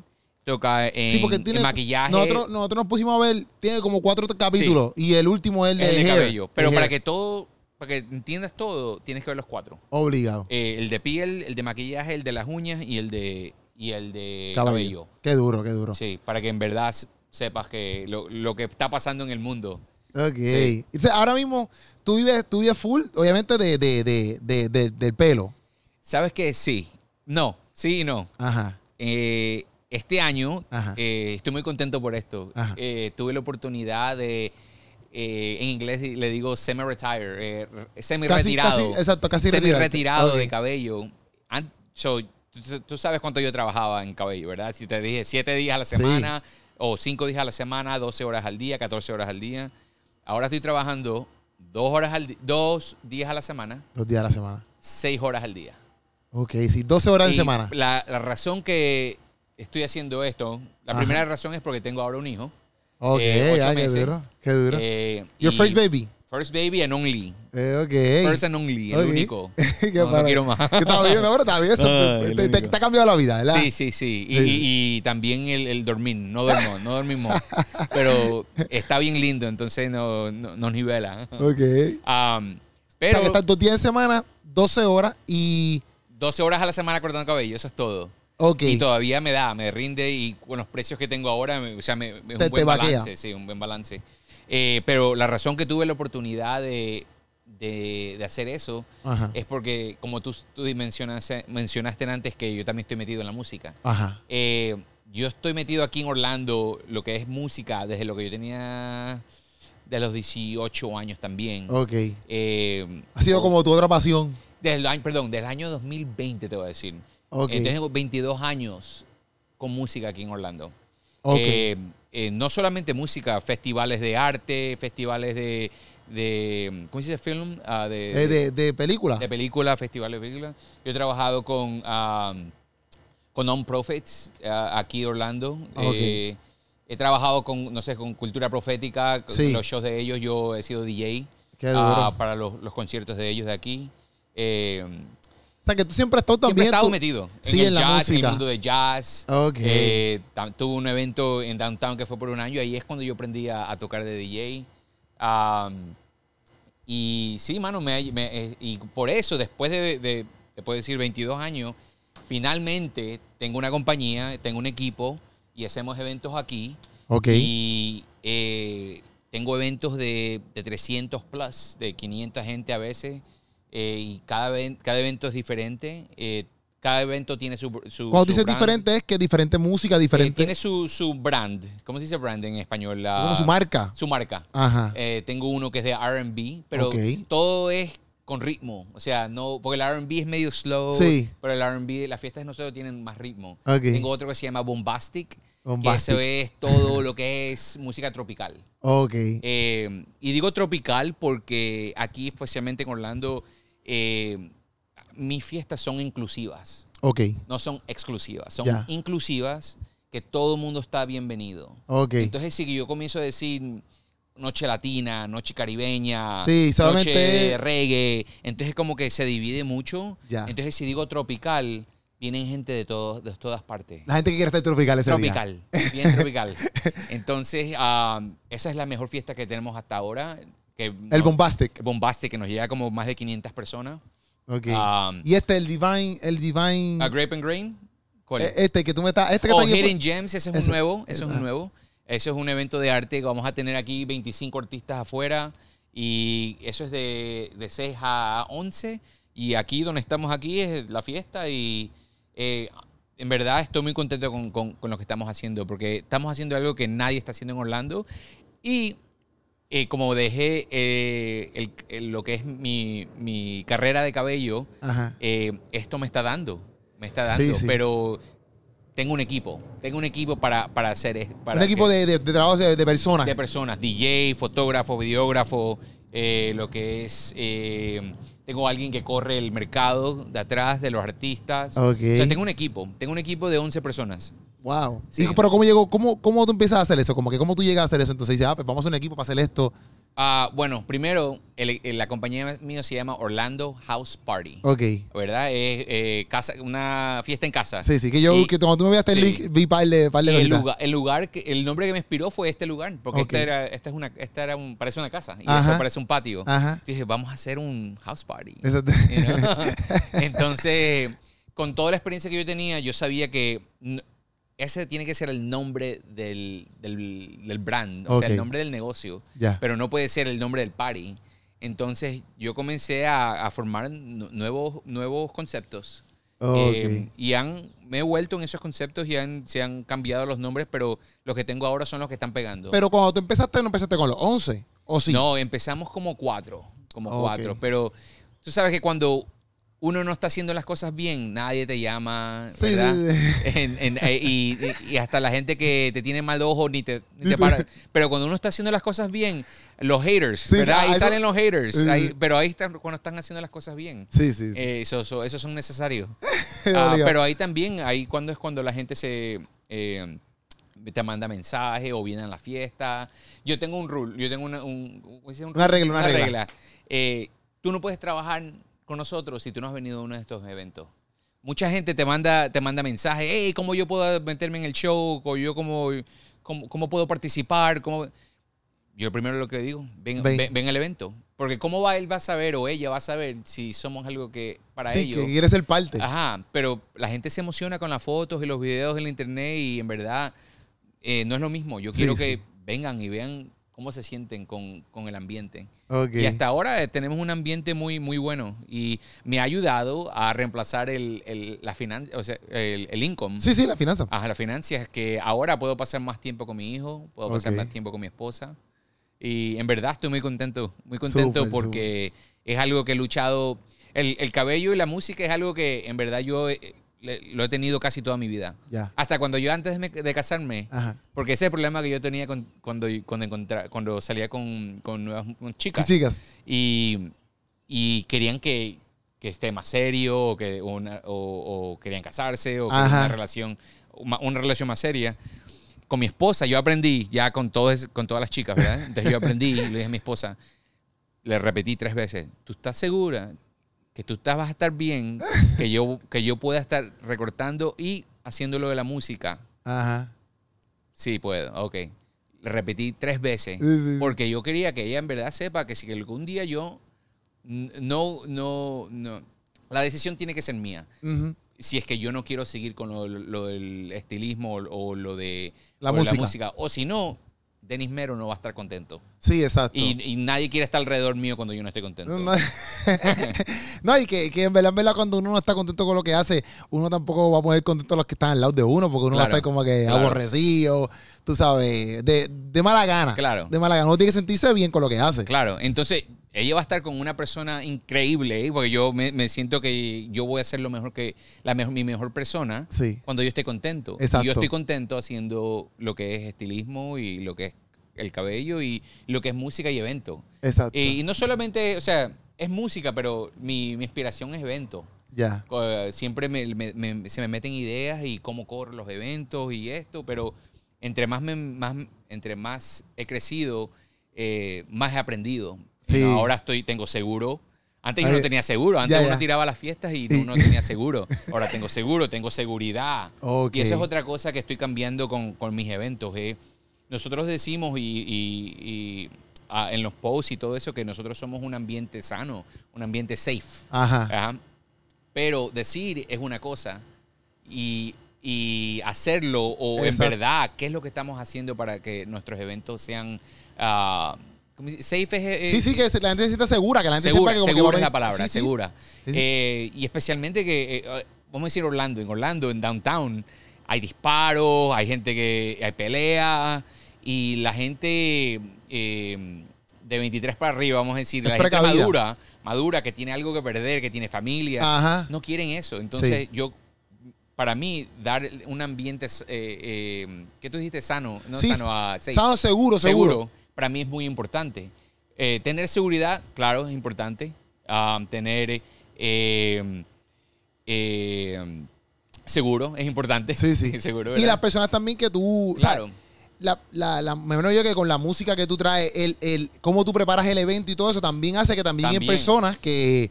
Speaker 2: toca en,
Speaker 1: Sí, porque
Speaker 2: en
Speaker 1: tiene.
Speaker 2: maquillaje.
Speaker 1: Nosotros, nosotros nos pusimos a ver, tiene como cuatro capítulos. Y el último es el
Speaker 2: el
Speaker 1: de,
Speaker 2: de
Speaker 1: Hair,
Speaker 2: cabello. Pero
Speaker 1: de
Speaker 2: para
Speaker 1: Hair.
Speaker 2: que todo, para que entiendas todo, tienes que ver los cuatro.
Speaker 1: Obligado.
Speaker 2: Eh, el de piel, el de maquillaje, el de las uñas y el de y el de
Speaker 1: Cabello.
Speaker 2: cabello.
Speaker 1: Qué duro, qué duro.
Speaker 2: Sí, para que en verdad s- sepas que lo, lo que está pasando en el mundo.
Speaker 1: Ok.
Speaker 2: Sí.
Speaker 1: Entonces, ahora mismo tú vives, tú vives full, obviamente, de, de, de, de- de- del pelo.
Speaker 2: ¿Sabes qué? Sí. No, sí y no.
Speaker 1: Ajá.
Speaker 2: Eh, este año
Speaker 1: Ajá.
Speaker 2: eh, estoy muy contento por esto.
Speaker 1: Ajá.
Speaker 2: Eh, tuve la oportunidad de, eh, en inglés le digo semi-retire, eh, re-
Speaker 1: Casi,
Speaker 2: semi-retirado.
Speaker 1: casi, exacto, casi retirado.
Speaker 2: semi-retirado de cabello. An- so, tú, tú sabes cuánto yo trabajaba en cabello, ¿verdad? Si te dije siete días a la
Speaker 1: Sí.
Speaker 2: semana, o cinco días a la semana, 12 horas al día, 14 horas al día. Ahora estoy trabajando dos, horas al di- dos días a la semana,
Speaker 1: Dos días a la semana.
Speaker 2: seis horas al día.
Speaker 1: Ok, sí, 12 horas
Speaker 2: Y
Speaker 1: en semana.
Speaker 2: La, la razón que estoy haciendo esto, la
Speaker 1: Ajá.
Speaker 2: primera razón es porque tengo ahora un hijo.
Speaker 1: Ok,
Speaker 2: eh, ocho
Speaker 1: ah, qué
Speaker 2: meses.
Speaker 1: duro, qué duro.
Speaker 2: Eh,
Speaker 1: Your
Speaker 2: y-
Speaker 1: first baby.
Speaker 2: First baby and only.
Speaker 1: Eh, ok.
Speaker 2: First and only, el
Speaker 1: Ok.
Speaker 2: único.
Speaker 1: Qué
Speaker 2: No, no
Speaker 1: padre.
Speaker 2: quiero más.
Speaker 1: Que Está bien, ahora está bien. eso-
Speaker 2: Ah,
Speaker 1: te-
Speaker 2: el
Speaker 1: te,
Speaker 2: único.
Speaker 1: te ha cambiado la vida, ¿verdad?
Speaker 2: Sí, sí, sí. Y,
Speaker 1: Sí,
Speaker 2: y-
Speaker 1: sí.
Speaker 2: y también el, el dormir. No dormimos, no dormimos. Pero está bien lindo, entonces no, no- nos nivela.
Speaker 1: Ok.
Speaker 2: Am,
Speaker 1: Pero,
Speaker 2: pero
Speaker 1: estás dos días en semana, 12 horas y.
Speaker 2: 12 horas a la semana cortando cabello, eso es todo.
Speaker 1: Ok.
Speaker 2: Y todavía me da, me rinde y con los precios que tengo ahora, me- o sea, me, es un
Speaker 1: Te- te
Speaker 2: buen
Speaker 1: vaquea.
Speaker 2: balance. Sí, un buen balance. Eh, pero la razón que tuve la oportunidad de, de- de hacer eso
Speaker 1: Ajá.
Speaker 2: es porque, como tú, tú mencionaste, mencionaste antes, que yo también estoy metido en la música.
Speaker 1: Ajá.
Speaker 2: Eh, yo estoy metido aquí en Orlando, lo que es música, desde lo que yo tenía de los 18 años también.
Speaker 1: Ok.
Speaker 2: Eh,
Speaker 1: Ha sido
Speaker 2: o-
Speaker 1: como tu otra pasión.
Speaker 2: Desde el año, perdón, del año 2020 te voy a decir.
Speaker 1: Ok.
Speaker 2: Entonces tengo 22 años con música aquí en Orlando.
Speaker 1: Ok.
Speaker 2: Eh, eh, no solamente música, festivales de arte, festivales de... de ¿Cómo se dice? Film. ah, de,
Speaker 1: Eh, de, de película.
Speaker 2: de películas, festivales de películas. Yo he trabajado con, um, con Non-Profits ah, aquí en Orlando.
Speaker 1: Ah, ok.
Speaker 2: Eh, he trabajado con, no sé, con Cultura Profética, con
Speaker 1: Sí.
Speaker 2: los shows de ellos. Yo he sido DJ
Speaker 1: Qué duro.
Speaker 2: ah, para los, los conciertos de ellos de aquí. Eh,
Speaker 1: o sea, que tú siempre has estado
Speaker 2: siempre he
Speaker 1: también.
Speaker 2: estado
Speaker 1: tú-
Speaker 2: metido en
Speaker 1: sí,
Speaker 2: el
Speaker 1: en la
Speaker 2: jazz, en
Speaker 1: música.
Speaker 2: el mundo de jazz.
Speaker 1: Ok.
Speaker 2: Eh, tam- tuve un evento en Downtown que fue por un año. Ahí es cuando yo aprendí a, a tocar de DJ. Am, y sí, mano, me, me- eh, y por eso, después de, de, te puedo decir, 22 años, finalmente tengo una compañía, tengo un equipo y hacemos eventos aquí.
Speaker 1: ok.
Speaker 2: Y eh, tengo eventos de, de 300 plus, de 500 gente a veces. eh, y cada, ven- cada evento es diferente. eh, cada evento tiene su. su
Speaker 1: Cuando
Speaker 2: su
Speaker 1: dices
Speaker 2: brand.
Speaker 1: diferente es que diferente música,
Speaker 2: Eh,
Speaker 1: diferente.
Speaker 2: tiene su, su brand. ¿Cómo se dice brand en español? La-
Speaker 1: como su marca.
Speaker 2: Su marca.
Speaker 1: Ajá.
Speaker 2: Eh, tengo uno que es de RB, pero
Speaker 1: Ok.
Speaker 2: todo es con ritmo. O sea, no. Porque el RB es medio slow.
Speaker 1: Sí.
Speaker 2: Pero el RB, las fiestas de nosotros tienen más ritmo.
Speaker 1: Ok.
Speaker 2: Tengo otro que se llama Bombastic.
Speaker 1: Bombastic.
Speaker 2: Que eso es todo lo que es música tropical.
Speaker 1: ok.
Speaker 2: Eh, y digo tropical porque aquí, especialmente en Orlando, eh, mis fiestas son inclusivas
Speaker 1: ok.
Speaker 2: no son exclusivas, son
Speaker 1: Ya.
Speaker 2: inclusivas que todo el mundo está bienvenido.
Speaker 1: Ok.
Speaker 2: Entonces, si yo comienzo a decir noche latina, noche caribeña,
Speaker 1: Sí, solamente-
Speaker 2: noche de reggae, entonces como que se divide mucho.
Speaker 1: Ya.
Speaker 2: Entonces, si digo tropical, vienen gente de, todos de todas partes.
Speaker 1: La gente que quiere estar tropical ese día.
Speaker 2: Tropical, bien tropical. Entonces, ah, esa es la mejor fiesta que tenemos hasta ahora. Que
Speaker 1: El
Speaker 2: nos-
Speaker 1: bombastic.
Speaker 2: Bombastic, que nos llega como más de 500 personas.
Speaker 1: Ok.
Speaker 2: Um,
Speaker 1: y este, el divine, el divine.
Speaker 2: A Grape and Grain. ¿Cuál es?
Speaker 1: eh, este que tú me estás. Este que
Speaker 2: Oh,
Speaker 1: está aquí-
Speaker 2: Hidden Gems, ese es un
Speaker 1: Ese-
Speaker 2: nuevo. Eso es
Speaker 1: ese-
Speaker 2: un nuevo. Eso es un evento de arte que vamos a tener aquí 25 artistas afuera. Y eso es de, de 6 a 11. Y aquí donde estamos aquí es la fiesta. Y eh, en verdad estoy muy contento con, con- con lo que estamos haciendo. Porque estamos haciendo algo que nadie está haciendo en Orlando. Y eh, como dejé eh, el- el- lo que es mi, mi carrera de cabello,
Speaker 1: Ajá.
Speaker 2: eh, esto me está dando, me está
Speaker 1: Sí,
Speaker 2: dando,
Speaker 1: sí.
Speaker 2: pero tengo un equipo, tengo un equipo para, para hacer es- para
Speaker 1: Un equipo
Speaker 2: que-
Speaker 1: de, de, de trabajo de, de personas.
Speaker 2: de personas, DJ, fotógrafo, videógrafo, eh, lo que es, eh, tengo alguien que corre el mercado de atrás de los artistas,
Speaker 1: Ok.
Speaker 2: o sea, tengo un equipo, tengo un equipo de 11 personas.
Speaker 1: Wow.
Speaker 2: Sí.
Speaker 1: Y, pero ¿cómo llegó? ¿Cómo, ¿Cómo tú empiezas a hacer eso? Como que ¿Cómo tú llegas a hacer eso? Entonces dices, ah, pues vamos a un equipo para hacer esto.
Speaker 2: Ah, bueno, primero, el- el- la compañía mía se llama Orlando House Party.
Speaker 1: Ok.
Speaker 2: ¿Verdad? Es eh, casa, una fiesta en casa.
Speaker 1: Sí, sí, que yo,
Speaker 2: Y-
Speaker 1: que cuando tú me veías este
Speaker 2: sí.
Speaker 1: link, vi par de, par de
Speaker 2: Y el
Speaker 1: cositas.
Speaker 2: lugar, el lugar que, el nombre que me inspiró fue este lugar, porque
Speaker 1: Ok.
Speaker 2: esta era, esta es una, esta era un, parece una casa y
Speaker 1: Ajá. Ah.
Speaker 2: esto parece un patio.
Speaker 1: Ajá.
Speaker 2: Dije, vamos a hacer un house party.
Speaker 1: Exacto.
Speaker 2: you know? Entonces, con toda la experiencia que yo tenía, yo sabía que n- ese tiene que ser el nombre del, del, del brand, o sea,
Speaker 1: Ok.
Speaker 2: el nombre del negocio,
Speaker 1: Ya.
Speaker 2: pero no puede ser el nombre del party. Entonces, yo comencé a, a formar nu- nuevos, nuevos conceptos.
Speaker 1: Ok.
Speaker 2: Eh, y han, me he vuelto en esos conceptos y han, se han cambiado los nombres, pero los que tengo ahora son los que están pegando.
Speaker 1: Pero cuando tú empezaste, no empezaste con los 11. ¿O sí?
Speaker 2: No, empezamos como cuatro, como
Speaker 1: Ok.
Speaker 2: cuatro, pero tú sabes que cuando uno no está haciendo las cosas bien, nadie te llama,
Speaker 1: Sí,
Speaker 2: ¿verdad?
Speaker 1: sí,
Speaker 2: En- en- eh, y, y- y hasta la gente que te tiene mal ojo ni te, ni te para. Pero cuando uno está haciendo las cosas bien, los haters,
Speaker 1: Sí,
Speaker 2: ¿verdad?
Speaker 1: sí,
Speaker 2: Ahí
Speaker 1: eso-
Speaker 2: salen los haters,
Speaker 1: Sí,
Speaker 2: ahí-
Speaker 1: sí.
Speaker 2: pero ahí están cuando están haciendo las cosas bien.
Speaker 1: Sí, sí. sí.
Speaker 2: Eh, eso- eso- esos son necesarios. Ah,
Speaker 1: Obligado.
Speaker 2: pero ahí también, ahí cuando es cuando la gente se eh, te manda mensaje o viene a la fiesta. Yo tengo un rule, yo tengo una, un- ¿cómo se dice? Un
Speaker 1: Una regla, una regla.
Speaker 2: Eh, tú no puedes trabajar con nosotros si tú no has venido a uno de estos eventos. Mucha gente te manda, te manda mensaje, hey, ¿cómo yo puedo meterme en el show? ¿O yo cómo, cómo, cómo puedo participar? ¿Cómo? Yo primero lo que digo, ven,
Speaker 1: Ven.
Speaker 2: ven. ven el evento. Porque cómo va él va a saber o ella va a saber si somos algo que para Ah,
Speaker 1: sí,
Speaker 2: ellos.
Speaker 1: que quieres ser parte.
Speaker 2: Ajá, pero la gente se emociona con las fotos y los videos en la internet y en verdad eh, no es lo mismo. Yo
Speaker 1: Sí,
Speaker 2: quiero
Speaker 1: sí.
Speaker 2: que vengan y vean cómo se sienten con, con el ambiente.
Speaker 1: Ok.
Speaker 2: Y hasta ahora eh, tenemos un ambiente muy, muy bueno y me ha ayudado a reemplazar el, el- la finan- o sea, el, el income.
Speaker 1: Sí, sí, la finanza.
Speaker 2: Ajá, las finanzas, que ahora puedo pasar más tiempo con mi hijo, puedo pasar
Speaker 1: Ok.
Speaker 2: más tiempo con mi esposa. Y en verdad estoy muy contento, muy contento
Speaker 1: Súper,
Speaker 2: porque es algo que he luchado. El, el cabello y la música es algo que en verdad yo eh, le- lo he tenido casi toda mi vida.
Speaker 1: Ya.
Speaker 2: Hasta cuando yo antes de, me- de casarme,
Speaker 1: Ajá.
Speaker 2: porque ese es el problema que yo tenía con- cuando, cuando, encontra- cuando salía con, con nuevas con chicas
Speaker 1: Chicas.
Speaker 2: y, y querían que, que esté más serio o, que una, o, o querían casarse o querían
Speaker 1: Ajá.
Speaker 2: una relación, una, una relación más seria. Con mi esposa yo aprendí, ya con, todos, con todas las chicas, ¿verdad? Entonces yo aprendí y le dije a mi esposa, le repetí tres veces, ¿tú estás segura que tú estás, vas a estar bien, que yo, que yo pueda estar recortando y haciendo lo de la música?
Speaker 1: Ajá.
Speaker 2: Sí, puedo, ok. Le repetí tres veces.
Speaker 1: Sí, sí, sí.
Speaker 2: Porque yo quería que ella en verdad sepa que si algún día yo n- no, no, no. La decisión tiene que ser mía.
Speaker 1: Ujú.
Speaker 2: Si es que yo no quiero seguir con lo, lo del estilismo o, o lo de
Speaker 1: La
Speaker 2: o
Speaker 1: música.
Speaker 2: O si no, Denis Mero no va a estar contento.
Speaker 1: Sí, exacto.
Speaker 2: Y, y nadie quiere estar alrededor mío cuando yo no estoy contento.
Speaker 1: No, No, y que, que en verdad, en verdad, cuando uno no está contento con lo que hace, uno tampoco va a poner contento a los que están al lado de uno, porque uno va a
Speaker 2: Claro,
Speaker 1: estar como que
Speaker 2: claro.
Speaker 1: aborrecido, tú sabes, de, de mala gana.
Speaker 2: Claro.
Speaker 1: De mala gana. Uno tiene que sentirse bien con lo que hace.
Speaker 2: Claro, entonces ella va a estar con una persona increíble, ¿eh? porque yo me, me siento que yo voy a ser lo mejor que la mejor, mi mejor persona
Speaker 1: Sí.
Speaker 2: cuando yo esté contento. Y
Speaker 1: Exacto.
Speaker 2: yo estoy contento haciendo lo que es estilismo y lo que es el cabello y lo que es música y evento. Eh,
Speaker 1: Exacto.
Speaker 2: Y, no solamente, o sea, es música, pero mi, mi inspiración es evento.
Speaker 1: Ya.
Speaker 2: Co- eh, Siempre me- me- me- se me meten ideas y cómo corro los eventos y esto, pero entre más, me- más, entre más he crecido, eh, más he aprendido.
Speaker 1: Sí.
Speaker 2: No, ahora estoy, tengo seguro. Antes yo
Speaker 1: Ay,
Speaker 2: no tenía seguro. Antes
Speaker 1: ya,
Speaker 2: uno
Speaker 1: ya.
Speaker 2: tiraba a las fiestas y no, no tenía seguro. Ahora tengo seguro, tengo seguridad.
Speaker 1: Ok.
Speaker 2: Y esa es otra cosa que estoy cambiando con, con mis eventos. eh. Nosotros decimos y, y- y, ah, en los posts y todo eso que nosotros somos un ambiente sano, un ambiente safe.
Speaker 1: Ajá.
Speaker 2: Ajá. Pero decir es una cosa y, y hacerlo o
Speaker 1: Exacto.
Speaker 2: en verdad, ¿qué es lo que estamos haciendo para que nuestros eventos sean... ah, ¿cómo se dice? safe es... eh,
Speaker 1: Sí, sí, que se- la gente se sienta segura, que la gente
Speaker 2: segura,
Speaker 1: sepa que como que va a
Speaker 2: segura es la
Speaker 1: venir-
Speaker 2: palabra,
Speaker 1: Sí, sí.
Speaker 2: segura.
Speaker 1: Sí, sí.
Speaker 2: Eh, y especialmente que, eh, eh, vamos a decir Orlando, en Orlando, en downtown, hay disparos, hay gente que hay pelea y la gente eh, de 23 para arriba, vamos a decir,
Speaker 1: Es
Speaker 2: la gente
Speaker 1: precavida.
Speaker 2: madura, madura, que tiene algo que perder, que tiene familia,
Speaker 1: Ajá.
Speaker 2: no quieren eso. Entonces
Speaker 1: Sí.
Speaker 2: yo, para mí, dar un ambiente, eh, eh, ¿qué tú dijiste? Sano, no
Speaker 1: Sí,
Speaker 2: sano, ah, safe
Speaker 1: Sano, seguro,
Speaker 2: seguro,
Speaker 1: seguro.
Speaker 2: para mí es muy importante. Eh, tener seguridad, claro, es importante. Am, tener eh, eh, seguro es importante.
Speaker 1: Sí, sí.
Speaker 2: seguro,
Speaker 1: Y
Speaker 2: ¿verdad?
Speaker 1: las personas también que tú. o sea,
Speaker 2: Claro.
Speaker 1: la, la, la- me imagino yo que con la música que tú traes, el, el, cómo tú preparas el evento y todo eso, también hace que también, hay
Speaker 2: También.
Speaker 1: personas que,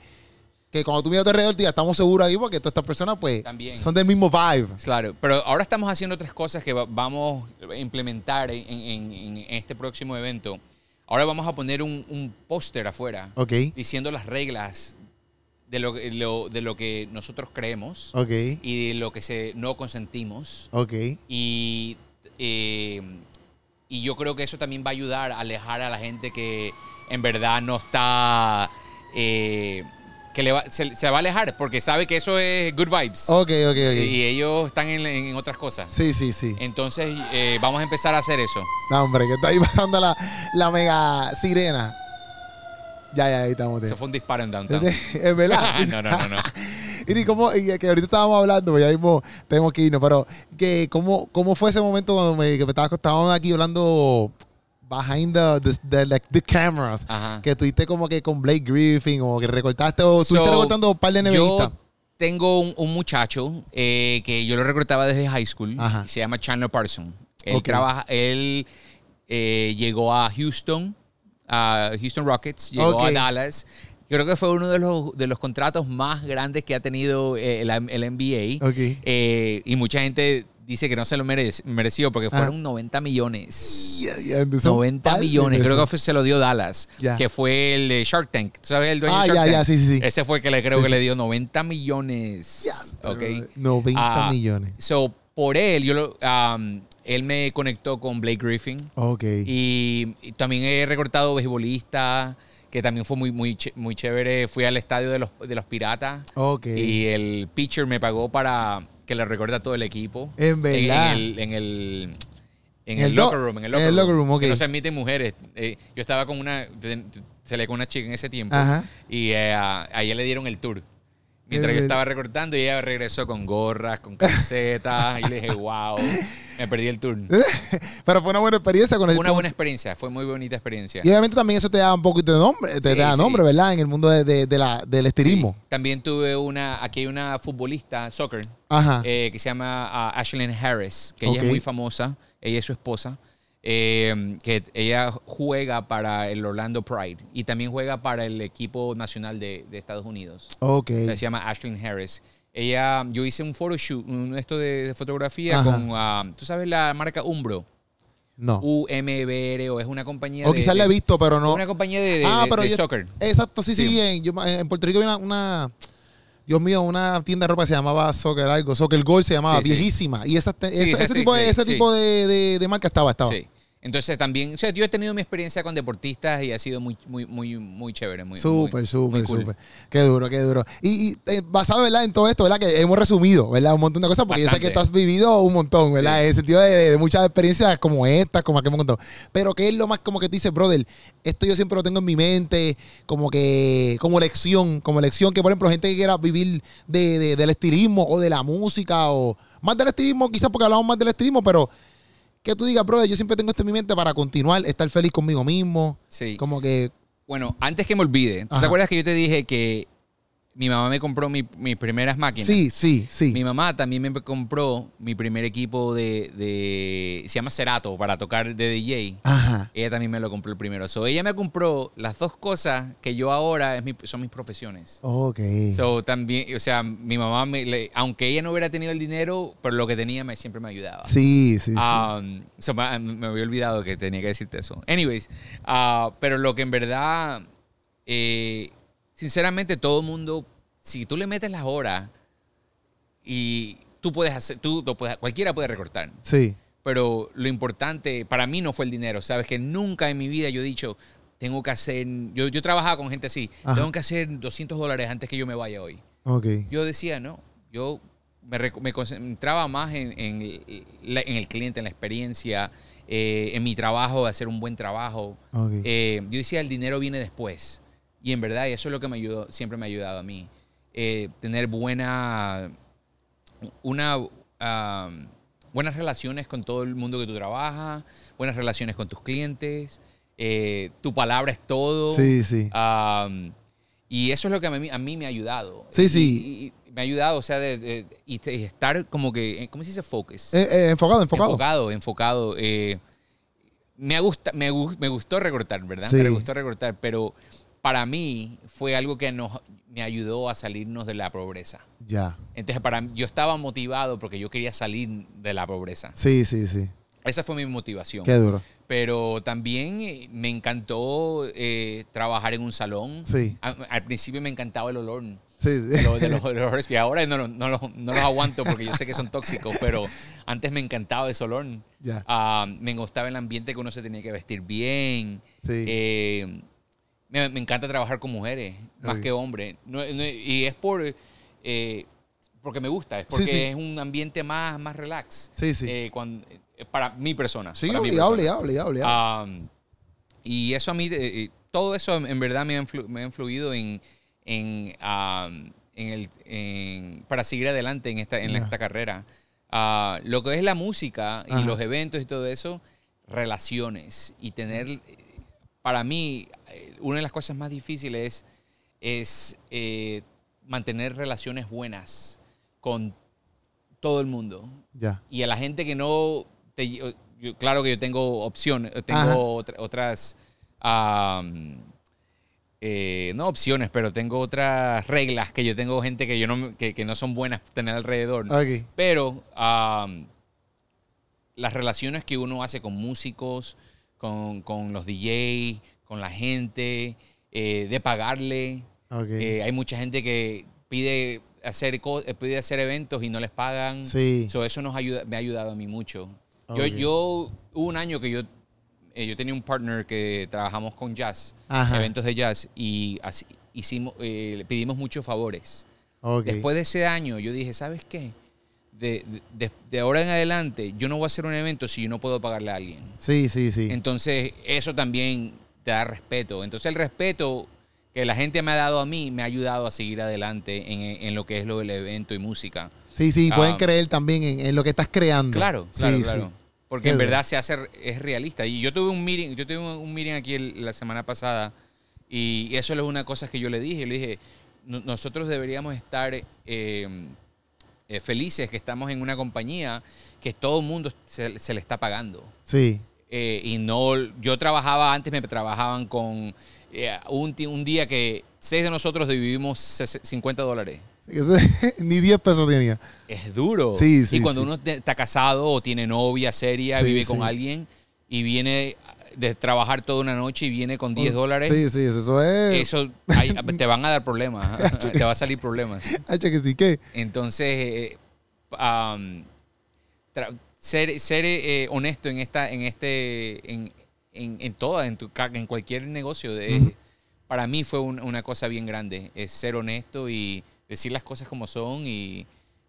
Speaker 1: que cuando tú miras a tu alrededor, te digas, estamos seguros aquí porque todas estas personas, pues,
Speaker 2: También.
Speaker 1: son del mismo vibe.
Speaker 2: Claro, pero ahora estamos haciendo otras cosas que va- vamos a implementar en, en- en- en este próximo evento. Ahora vamos a poner un, un póster afuera
Speaker 1: Ok,
Speaker 2: diciendo las reglas de lo, que- lo- de lo que nosotros creemos
Speaker 1: ok,
Speaker 2: y de lo que se, no consentimos.
Speaker 1: ok.
Speaker 2: Y, eh, y yo creo que eso también va a ayudar a alejar a la gente que en verdad no está. eh, que le va- se, se va a alejar porque sabe que eso es good vibes.
Speaker 1: Ok, ok, ok.
Speaker 2: Y ellos están en, en otras cosas.
Speaker 1: Sí, sí, sí.
Speaker 2: Entonces, eh, vamos a empezar a hacer eso.
Speaker 1: No, hombre, que está ahí pasando la, la mega sirena. Ya, ya, ahí estamos.
Speaker 2: Eso fue un disparo en downtown.
Speaker 1: Es verdad.
Speaker 2: no, no, no, no.
Speaker 1: Y como y que ahorita estábamos hablando, pues ya mismo tenemos que irnos, pero que cómo, cómo fue ese momento cuando me, que me estabas estábamos aquí hablando behind the, the, the- like, the cameras,
Speaker 2: Ajá.
Speaker 1: que tuviste como que con Blake Griffin o que recortaste o estuviste
Speaker 2: So,
Speaker 1: recortando un par de
Speaker 2: Yo
Speaker 1: NBAistas.
Speaker 2: tengo un, un muchacho eh, que yo lo reclutaba desde high school.
Speaker 1: Ajá.
Speaker 2: Se llama Chandler Parson. Él
Speaker 1: Ok.
Speaker 2: trabaja, él eh, llegó a Houston, a Houston Rockets, llegó
Speaker 1: Ok.
Speaker 2: a Dallas. Yo Creo que fue uno de los, de los contratos más grandes que ha tenido eh, el, el NBA.
Speaker 1: Ok.
Speaker 2: Eh, y mucha gente dice que no se lo merece- mereció porque
Speaker 1: Ajá.
Speaker 2: fueron 90 millones.
Speaker 1: Yeah, yeah, and son
Speaker 2: 90
Speaker 1: par de
Speaker 2: millones, creo que
Speaker 1: pesos.
Speaker 2: fue- se lo dio Dallas,
Speaker 1: Ya.
Speaker 2: que fue el de Shark Tank. ¿Tú sabes el dueño
Speaker 1: Ah,
Speaker 2: de
Speaker 1: ya,
Speaker 2: Shark
Speaker 1: ya,
Speaker 2: Tank?
Speaker 1: sí, sí, sí.
Speaker 2: Ese fue el que le creo
Speaker 1: Sí,
Speaker 2: que
Speaker 1: sí. eh.
Speaker 2: le dio 90 millones. ok.
Speaker 1: 90
Speaker 2: Ah,
Speaker 1: millones.
Speaker 2: So, por él, yo lo, am, él me conectó con Blake Griffin.
Speaker 1: Ok.
Speaker 2: Y, y también he recortado beisbolista, que también fue muy, muy, ch- muy chévere. Fui al estadio de los, de los piratas.
Speaker 1: ok.
Speaker 2: Y el pitcher me pagó para que le recuerde a todo el equipo.
Speaker 1: En verdad.
Speaker 2: En, en el.
Speaker 1: En
Speaker 2: En el en el
Speaker 1: el
Speaker 2: locker
Speaker 1: do-
Speaker 2: room, en el
Speaker 1: en
Speaker 2: locker,
Speaker 1: el locker room, ok.
Speaker 2: Que no se admiten mujeres. Eh, yo estaba con una, se le con una chica en ese tiempo
Speaker 1: Ajá.
Speaker 2: y eh, a, a ella le dieron el tour.
Speaker 1: Es
Speaker 2: Mientras yo
Speaker 1: verdad.
Speaker 2: estaba recortando, ella regresó con gorras, con camisetas y le dije, wow, me perdí el tour.
Speaker 1: Eh,
Speaker 2: Fue
Speaker 1: Pero fue una buena experiencia con el
Speaker 2: una buena experiencia, fue muy bonita experiencia.
Speaker 1: Y obviamente también eso te da un poquito de nombre, te
Speaker 2: Sí,
Speaker 1: da
Speaker 2: sí.
Speaker 1: nombre, ¿verdad? En el mundo de, de- de la, del estilismo.
Speaker 2: Sí. También tuve una, aquí hay una futbolista, soccer,
Speaker 1: Ajá.
Speaker 2: eh, que se llama ah, Ashlyn Harris, que ella
Speaker 1: Ok.
Speaker 2: es muy famosa, ella es su esposa, eh, que ella juega para el Orlando Pride y también juega para el equipo nacional de, de Estados Unidos.
Speaker 1: ok.
Speaker 2: Se llama Ashlyn Harris. Ella, yo hice un photoshoot, un esto de, de fotografía
Speaker 1: Ajá.
Speaker 2: con, ah, tú sabes la marca Umbro,
Speaker 1: No.
Speaker 2: UMBR, o es una compañía
Speaker 1: o
Speaker 2: de-
Speaker 1: Oh. quizás
Speaker 2: de-
Speaker 1: la he visto, pero no.
Speaker 2: Una compañía de, de-
Speaker 1: ah,
Speaker 2: de-
Speaker 1: pero
Speaker 2: de
Speaker 1: yo-
Speaker 2: soccer.
Speaker 1: Exacto, sí, sí.
Speaker 2: Sí.
Speaker 1: En, yo- en Puerto Rico había una, una- Dios mío, una tienda de ropa que se llamaba Soccer algo. Soccer Gold se llamaba,
Speaker 2: Sí, sí.
Speaker 1: viejísima. Y esa, esa-
Speaker 2: esa
Speaker 1: ese tipo, de,
Speaker 2: te-
Speaker 1: ese
Speaker 2: sí.
Speaker 1: tipo de, de- de marca estaba, estaba.
Speaker 2: Sí. Entonces también, o sea, yo he tenido mi experiencia con deportistas y ha sido muy, muy, muy, muy chévere. Muy,
Speaker 1: Súper,
Speaker 2: muy-
Speaker 1: súper,
Speaker 2: muy cool.
Speaker 1: súper. Qué duro, qué duro. Y, y, eh, basado, ¿verdad? En todo esto, ¿verdad? Que hemos resumido, ¿verdad? Un montón de cosas, porque yo sé que
Speaker 2: Bastante.
Speaker 1: tú has vivido un montón, ¿verdad?
Speaker 2: Sí.
Speaker 1: En el sentido de, de muchas experiencias como estas, como que hemos contado. Pero ¿qué es lo más como que tú dices, brother? Esto yo siempre lo tengo en mi mente, como que, como lección, como lección, que por ejemplo, gente que quiera vivir de, de- del estilismo o de la música o más del estilismo, quizás porque hablamos más del estilismo, pero que tú digas, brother, yo siempre tengo esto en mi mente para continuar, estar feliz conmigo mismo,
Speaker 2: Sí.
Speaker 1: como que,
Speaker 2: Bueno, antes que me olvide, ¿tú
Speaker 1: Ajá.
Speaker 2: te acuerdas que yo te dije que mi mamá me compró mi- mis primeras máquinas.
Speaker 1: Sí, sí, sí.
Speaker 2: Mi mamá también me compró mi primer equipo de, de- se llama Cerato, para tocar de DJ.
Speaker 1: Ajá.
Speaker 2: Ella también me lo compró el primero. So, ella me compró las dos cosas que yo ahora es mi- son mis profesiones.
Speaker 1: Ok.
Speaker 2: So, también, o sea, mi mamá, me- le- aunque ella no hubiera tenido el dinero, pero lo que tenía me, siempre me ayudaba.
Speaker 1: sí, sí, sí.
Speaker 2: Um, so, ma- me, había olvidado que tenía que decirte eso. Anyways, ah, pero lo que en verdad, eh, sinceramente, todo el mundo, si tú le metes las horas y tú puedes hacer, tú, tú puedes- cualquiera puede recortar.
Speaker 1: sí.
Speaker 2: Pero lo importante para mí no fue el dinero. Sabes que nunca en mi vida yo he dicho, tengo que hacer, yo, yo trabajaba con gente así,
Speaker 1: Ajá.
Speaker 2: tengo que hacer 200 dólares antes que yo me vaya hoy.
Speaker 1: Ok.
Speaker 2: Yo decía, no, yo me, rec- me concentraba más en, en la- en el cliente, en la experiencia, eh, en mi trabajo, de hacer un buen trabajo.
Speaker 1: Ok.
Speaker 2: Eh, yo decía, el dinero viene después. Y en verdad, eso es lo que me ayudó, siempre me ha ayudado a mí. Eh, tener buena, una, am, buenas relaciones con todo el mundo que tú trabajas, buenas relaciones con tus clientes, eh, tu palabra es todo.
Speaker 1: sí, sí.
Speaker 2: Um, y eso es lo que a mí, a mí me ha ayudado.
Speaker 1: Sí,
Speaker 2: Y-
Speaker 1: sí.
Speaker 2: y- y me ha ayudado, o sea, de, de- y te- y estar como que, ¿cómo se dice focus?
Speaker 1: Eh, eh, enfocado, enfocado.
Speaker 2: enfocado, enfocado. eh, me, ha gusta, me, gu- me gustó recortar, ¿verdad?
Speaker 1: Sí.
Speaker 2: Me gustó recortar, pero para mí fue algo que nos, me ayudó a salirnos de la pobreza.
Speaker 1: Ya.
Speaker 2: Entonces, para, mí- yo estaba motivado porque yo quería salir de la pobreza.
Speaker 1: Sí, sí, sí.
Speaker 2: Esa fue mi motivación.
Speaker 1: Qué duro.
Speaker 2: Pero también eh, me encantó eh, trabajar en un salón.
Speaker 1: Sí.
Speaker 2: A- al principio me encantaba el olor
Speaker 1: Sí.
Speaker 2: de los, de los- de los olores, y ahora no, lo- no, lo- no los aguanto porque yo sé que son tóxicos, pero antes me encantaba ese olor.
Speaker 1: ya.
Speaker 2: Ah, me gustaba el ambiente que uno se tenía que vestir bien.
Speaker 1: Sí.
Speaker 2: Eh, me, me encanta trabajar con mujeres, más
Speaker 1: Ok.
Speaker 2: que hombres. No- no- y es por... eh, porque me gusta, es porque
Speaker 1: sí.
Speaker 2: es un ambiente más, más relax.
Speaker 1: sí, sí.
Speaker 2: Eh, cuando- eh, para mi persona.
Speaker 1: sí,
Speaker 2: para mi
Speaker 1: obligado,
Speaker 2: persona.
Speaker 1: obligado, obligado, obligado.
Speaker 2: Um, y eso a mí, eh, eh, todo eso en en verdad me ha, influ- me ha influido en, en, um, en el, en- para seguir adelante en esta, en
Speaker 1: Ya.
Speaker 2: esta carrera. Ah, lo que es la música y
Speaker 1: Ajá.
Speaker 2: los eventos y todo eso, relaciones y tener, eh, para mí, eh, una de las cosas más difíciles es, es, eh, mantener relaciones buenas con todo el mundo
Speaker 1: ya.
Speaker 2: y a la gente que no te, yo- yo- claro que yo tengo opciones eh,
Speaker 1: Ajá.
Speaker 2: tengo otra- otras am, eh, no opciones pero tengo otras reglas que yo tengo gente que yo no me- que, que no son buenas tener alrededor
Speaker 1: Ok.
Speaker 2: pero am, las relaciones que uno hace con músicos con, con los DJs con la gente eh, de pagarle
Speaker 1: Ok.
Speaker 2: eh, hay mucha gente que pide hacer co- eh, pide hacer eventos y no les pagan
Speaker 1: sí.
Speaker 2: So, eso nos ayuda, me ha ayudado a mí mucho. Yo,
Speaker 1: Ok.
Speaker 2: yo hubo un año que yo, eh, yo tenía un partner que trabajamos con jazz,
Speaker 1: Ajá.
Speaker 2: eventos de jazz, y así, hicimos, eh, le pedimos muchos favores.
Speaker 1: Ok.
Speaker 2: Después de ese año, yo dije, ¿sabes qué? De, de- de ahora en adelante, yo no voy a hacer un evento si yo no puedo pagarle a alguien.
Speaker 1: sí, sí, sí.
Speaker 2: Entonces, eso también te da respeto. Entonces, el respeto que la gente me ha dado a mí me ha ayudado a seguir adelante en, en lo que es lo del evento y música.
Speaker 1: sí, sí, pueden
Speaker 2: Ah.
Speaker 1: creer también en, en lo que estás creando.
Speaker 2: Claro,
Speaker 1: Sí,
Speaker 2: claro,
Speaker 1: sí.
Speaker 2: claro. Porque
Speaker 1: Qué
Speaker 2: en
Speaker 1: duro.
Speaker 2: verdad se hace, es realista. Y yo tuve un meeting, yo tuve un meeting aquí el- la semana pasada y eso es una cosa que yo le dije. Le dije, "No- nosotros deberíamos estar eh, eh, felices que estamos en una compañía que todo el mundo se, se le está pagando.
Speaker 1: Sí.
Speaker 2: Eh, y no, yo trabajaba antes, me trabajaban con eh, un, ti- un día que seis de nosotros dividimos ses- 50 dólares.
Speaker 1: Sí, que se- Ni 10 pesos tenía.
Speaker 2: Es duro.
Speaker 1: Sí, sí,
Speaker 2: Y cuando
Speaker 1: sí.
Speaker 2: uno te- está casado o tiene novia seria,
Speaker 1: Sí,
Speaker 2: vive
Speaker 1: sí.
Speaker 2: con alguien y viene de trabajar toda una noche y viene con 10 dólares,
Speaker 1: Oh, Sí, sí, eso es.
Speaker 2: eso hay- te van a dar problemas. te va a salir problemas.
Speaker 1: Ah, que sí, ¿qué?
Speaker 2: Entonces, eh, am, tra- ser, ser eh, honesto en esta, en este, en, en, en toda, en tu ca- en cualquier negocio, de- para mí fue un- una cosa bien grande. Es ser honesto y decir las cosas como son y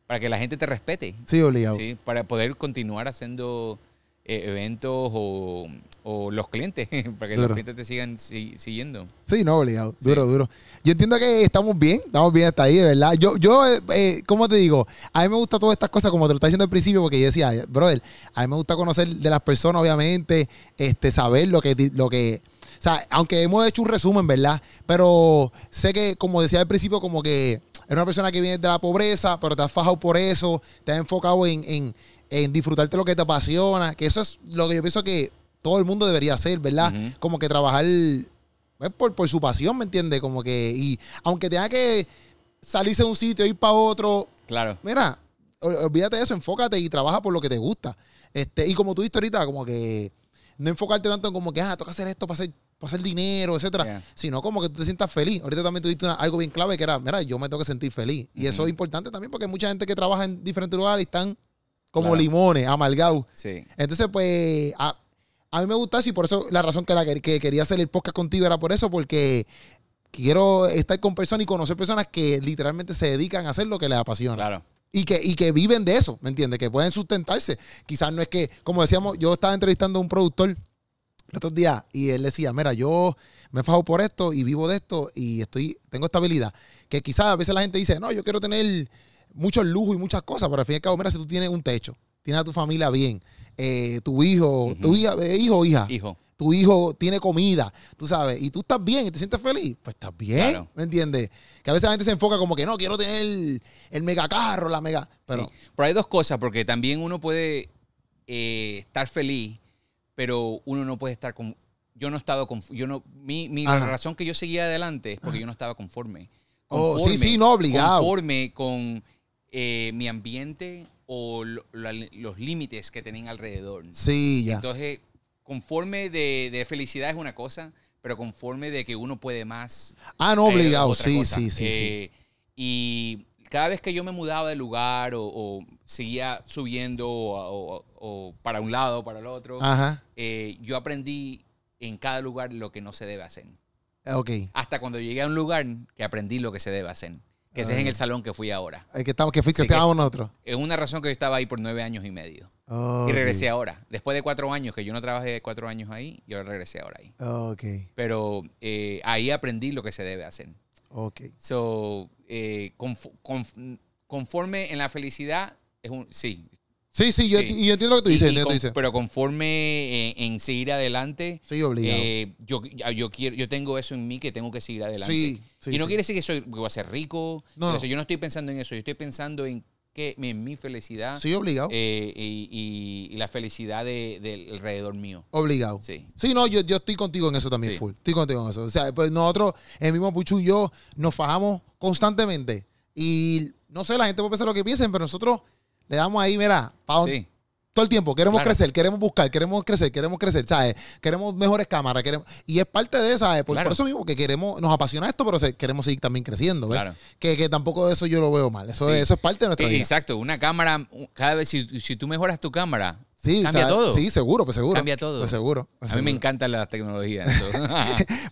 Speaker 2: para que la gente te respete.
Speaker 1: Sí, obligado.
Speaker 2: Sí, para poder continuar haciendo eh, eventos o, o los clientes, para que los
Speaker 1: Duro.
Speaker 2: clientes te sigan si- siguiendo.
Speaker 1: Sí, no, obligado. Duro, duro. Yo entiendo que estamos bien, estamos bien hasta ahí, de verdad. Yo, yo eh, eh, ¿cómo te digo? A mí me gusta todas estas cosas, como te lo estaba diciendo al principio, porque yo decía, brother, a mí me gusta conocer de las personas, obviamente, este, saber lo que, ti- lo que, sea, aunque hemos hecho un resumen, ¿verdad? Pero sé que, como decía al principio, como que eres una persona que viene de la pobreza, pero te has fajado por eso, te has enfocado en, en, en disfrutarte lo que te apasiona, que eso es lo que yo pienso que todo el mundo debería hacer, ¿verdad?
Speaker 2: Ujú.
Speaker 1: Como que trabajar pues, por, por su pasión, ¿me entiendes? Como que, y aunque tenga que salirse de un sitio, ir para otro,
Speaker 2: Claro.
Speaker 1: mira, ol- olvídate de eso, enfócate y trabaja por lo que te gusta. Este, y como tú dijiste ahorita, como que no enfocarte tanto en como que, ah, toca hacer esto para hacer, para hacer dinero, etcétera,
Speaker 2: Yeah.
Speaker 1: sino como que tú te sientas feliz. Ahorita también tuviste una- algo bien clave que era, mira, yo me tengo que sentir feliz. Y eso
Speaker 2: Ujú.
Speaker 1: es importante también porque hay mucha gente que trabaja en diferentes lugares y están como
Speaker 2: Claro.
Speaker 1: limones, amargados.
Speaker 2: Sí.
Speaker 1: Entonces, pues, a, a mí me gusta eso y por eso la razón que, la, que- que quería hacer el podcast contigo era por eso, porque quiero estar con personas y conocer personas que literalmente se dedican a hacer lo que les apasiona.
Speaker 2: Claro.
Speaker 1: Y que, y que viven de eso, ¿me entiendes? Que pueden sustentarse. Quizás no es que, como decíamos, yo estaba entrevistando a un productor estos días y él decía, mira, yo me fajo por esto y vivo de esto y estoy, tengo esta habilidad. Que quizás a veces la gente dice, no, yo quiero tener mucho lujo y muchas cosas, pero al fin y al cabo, mira, si tú tienes un techo, tienes a tu familia bien, eh, tu hijo, tu
Speaker 2: Ujú.
Speaker 1: hija, eh, hijo o hija,
Speaker 2: Hijo.
Speaker 1: tu hijo tiene comida, tú sabes, y tú estás bien y te sientes feliz, pues estás bien,
Speaker 2: Claro.
Speaker 1: ¿me entiendes? Que a veces la gente se enfoca como que no, quiero tener el, mega carro, la mega, pero
Speaker 2: Sí. Pero hay dos cosas, porque también uno puede eh, estar feliz, pero uno no puede estar con. Yo no estaba con. Yo no, mi mi la
Speaker 1: Ajá.
Speaker 2: razón que yo seguía adelante es porque yo no estaba conforme.
Speaker 1: Oh, sí, sí, no, obligado.
Speaker 2: Conforme con eh, mi ambiente o lo- la- los límites que tenían alrededor.
Speaker 1: sí, ya.
Speaker 2: Entonces, conforme de, de felicidad es una cosa, pero conforme de que uno puede más.
Speaker 1: Ah, no,
Speaker 2: Pero
Speaker 1: obligado,
Speaker 2: otra
Speaker 1: sí,
Speaker 2: cosa.
Speaker 1: sí, sí, sí.
Speaker 2: Eh, Y cada vez que yo me mudaba de lugar o, o seguía subiendo o, o- o para un lado o para el otro,
Speaker 1: Ajá,
Speaker 2: eh, yo aprendí en cada lugar lo que no se debe hacer.
Speaker 1: eh, ok.
Speaker 2: Hasta cuando llegué a un lugar que aprendí lo que se debe hacer. Que ese es en
Speaker 1: Ah.
Speaker 2: el salón que fui ahora.
Speaker 1: Eh, que estamos, que fuiste,
Speaker 2: Sí, que-
Speaker 1: estábamos nosotros.
Speaker 2: Es una razón que yo estaba ahí por nueve años y medio.
Speaker 1: Ok,
Speaker 2: Y regresé ahora. Después de cuatro años, que yo no trabajé cuatro años ahí, yo regresé ahora ahí.
Speaker 1: Ok,
Speaker 2: Pero eh, ahí aprendí lo que se debe hacer.
Speaker 1: ok.
Speaker 2: So, eh, conf- conf- conforme en la felicidad, es un, sí.
Speaker 1: Sí, sí, yo,
Speaker 2: Sí.
Speaker 1: enti- yo entiendo lo que tú dices,
Speaker 2: Y-
Speaker 1: entiendo lo
Speaker 2: y
Speaker 1: que
Speaker 2: con-
Speaker 1: tú dices.
Speaker 2: Pero conforme eh, en, seguir adelante,
Speaker 1: Sí, obligado.
Speaker 2: eh, yo, yo, quiero, yo tengo eso en mí que tengo que seguir adelante.
Speaker 1: sí, sí.
Speaker 2: y no
Speaker 1: sí.
Speaker 2: quiere decir que, soy, que voy a ser rico.
Speaker 1: No,
Speaker 2: pero
Speaker 1: no.
Speaker 2: eso, yo no estoy pensando en eso. Yo estoy pensando en, que, en mi felicidad
Speaker 1: Sí, obligado.
Speaker 2: eh, y, y- y la felicidad de, del alrededor mío.
Speaker 1: obligado.
Speaker 2: Sí.
Speaker 1: Sí, no, yo, yo estoy contigo en eso también,
Speaker 2: Sí.
Speaker 1: full. Estoy contigo en eso. O sea, pues nosotros, el mismo Puchu y yo, nos fajamos constantemente. Y no sé, la gente puede pensar lo que piensen, pero nosotros le damos ahí, mira, pa' donde-
Speaker 2: Sí.
Speaker 1: todo el tiempo. Queremos
Speaker 2: Claro.
Speaker 1: crecer, queremos buscar, queremos crecer, queremos crecer, ¿sabes? Queremos mejores cámaras, queremos. Y es parte de esa, ¿sabes? Por,
Speaker 2: Claro.
Speaker 1: por eso mismo que queremos, nos apasiona esto, pero se- queremos seguir también creciendo, ¿ves?
Speaker 2: Claro.
Speaker 1: Que, que tampoco eso yo lo veo mal. Eso,
Speaker 2: Sí.
Speaker 1: es- eso es parte de nuestra
Speaker 2: Eh,
Speaker 1: vida.
Speaker 2: Exacto, una cámara, cada vez si, si tú mejoras tu cámara,
Speaker 1: Sí,
Speaker 2: cambia
Speaker 1: ¿sabes?
Speaker 2: todo.
Speaker 1: Sí, seguro, pues seguro.
Speaker 2: Cambia todo.
Speaker 1: Pues seguro. pues
Speaker 2: A mí me
Speaker 1: seguro.
Speaker 2: encanta la tecnología. entonces.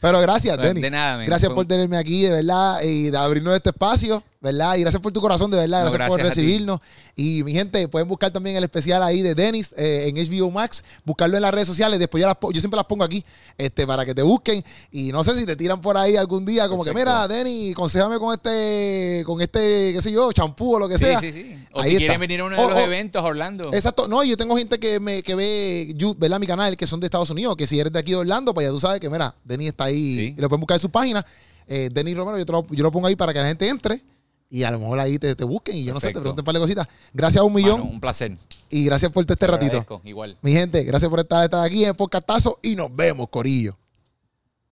Speaker 1: Pero gracias, Denny.
Speaker 2: de nada, man.
Speaker 1: Gracias
Speaker 2: Fue
Speaker 1: por
Speaker 2: un-
Speaker 1: tenerme aquí, de verdad, y de abrirnos este espacio, ¿verdad? Y gracias por tu corazón, de verdad.
Speaker 2: No,
Speaker 1: Gracias, por
Speaker 2: gracias a ti.
Speaker 1: recibirnos. Y mi gente, pueden buscar también el especial ahí de Dennis eh, en HBO Max, buscarlo en las redes sociales. Después yo, las po- yo siempre las pongo aquí este, para que te busquen. Y no sé si te tiran por ahí algún día, como
Speaker 2: Perfecto.
Speaker 1: que, mira, Dennis, aconsejame con este, con este, qué sé yo, champú o lo que
Speaker 2: sí,
Speaker 1: sea.
Speaker 2: sí, sí. O
Speaker 1: Ahí
Speaker 2: si
Speaker 1: está.
Speaker 2: quieren venir a uno de
Speaker 1: O-
Speaker 2: los
Speaker 1: o-
Speaker 2: eventos, a Orlando.
Speaker 1: Exacto. No, yo tengo gente que me que ve, you- ¿verdad? Mi canal, que son de Estados Unidos, que si eres de aquí de Orlando, pues ya tú sabes que, mira, Denis está ahí.
Speaker 2: Sí.
Speaker 1: Y lo pueden buscar en su página. Eh, Denis Romero, yo, te lo, yo lo pongo ahí para que la gente entre. Y a lo mejor ahí te, te busquen y yo no sé, te
Speaker 2: Perfecto.
Speaker 1: pregunten un par de cositas. Gracias a un
Speaker 2: Mano,
Speaker 1: millón
Speaker 2: un placer.
Speaker 1: y gracias por este
Speaker 2: Te lo
Speaker 1: ratito.
Speaker 2: agradezco, Igual.
Speaker 1: Mi gente, gracias por estar, estar aquí en el podcastazo y nos vemos, Corillo.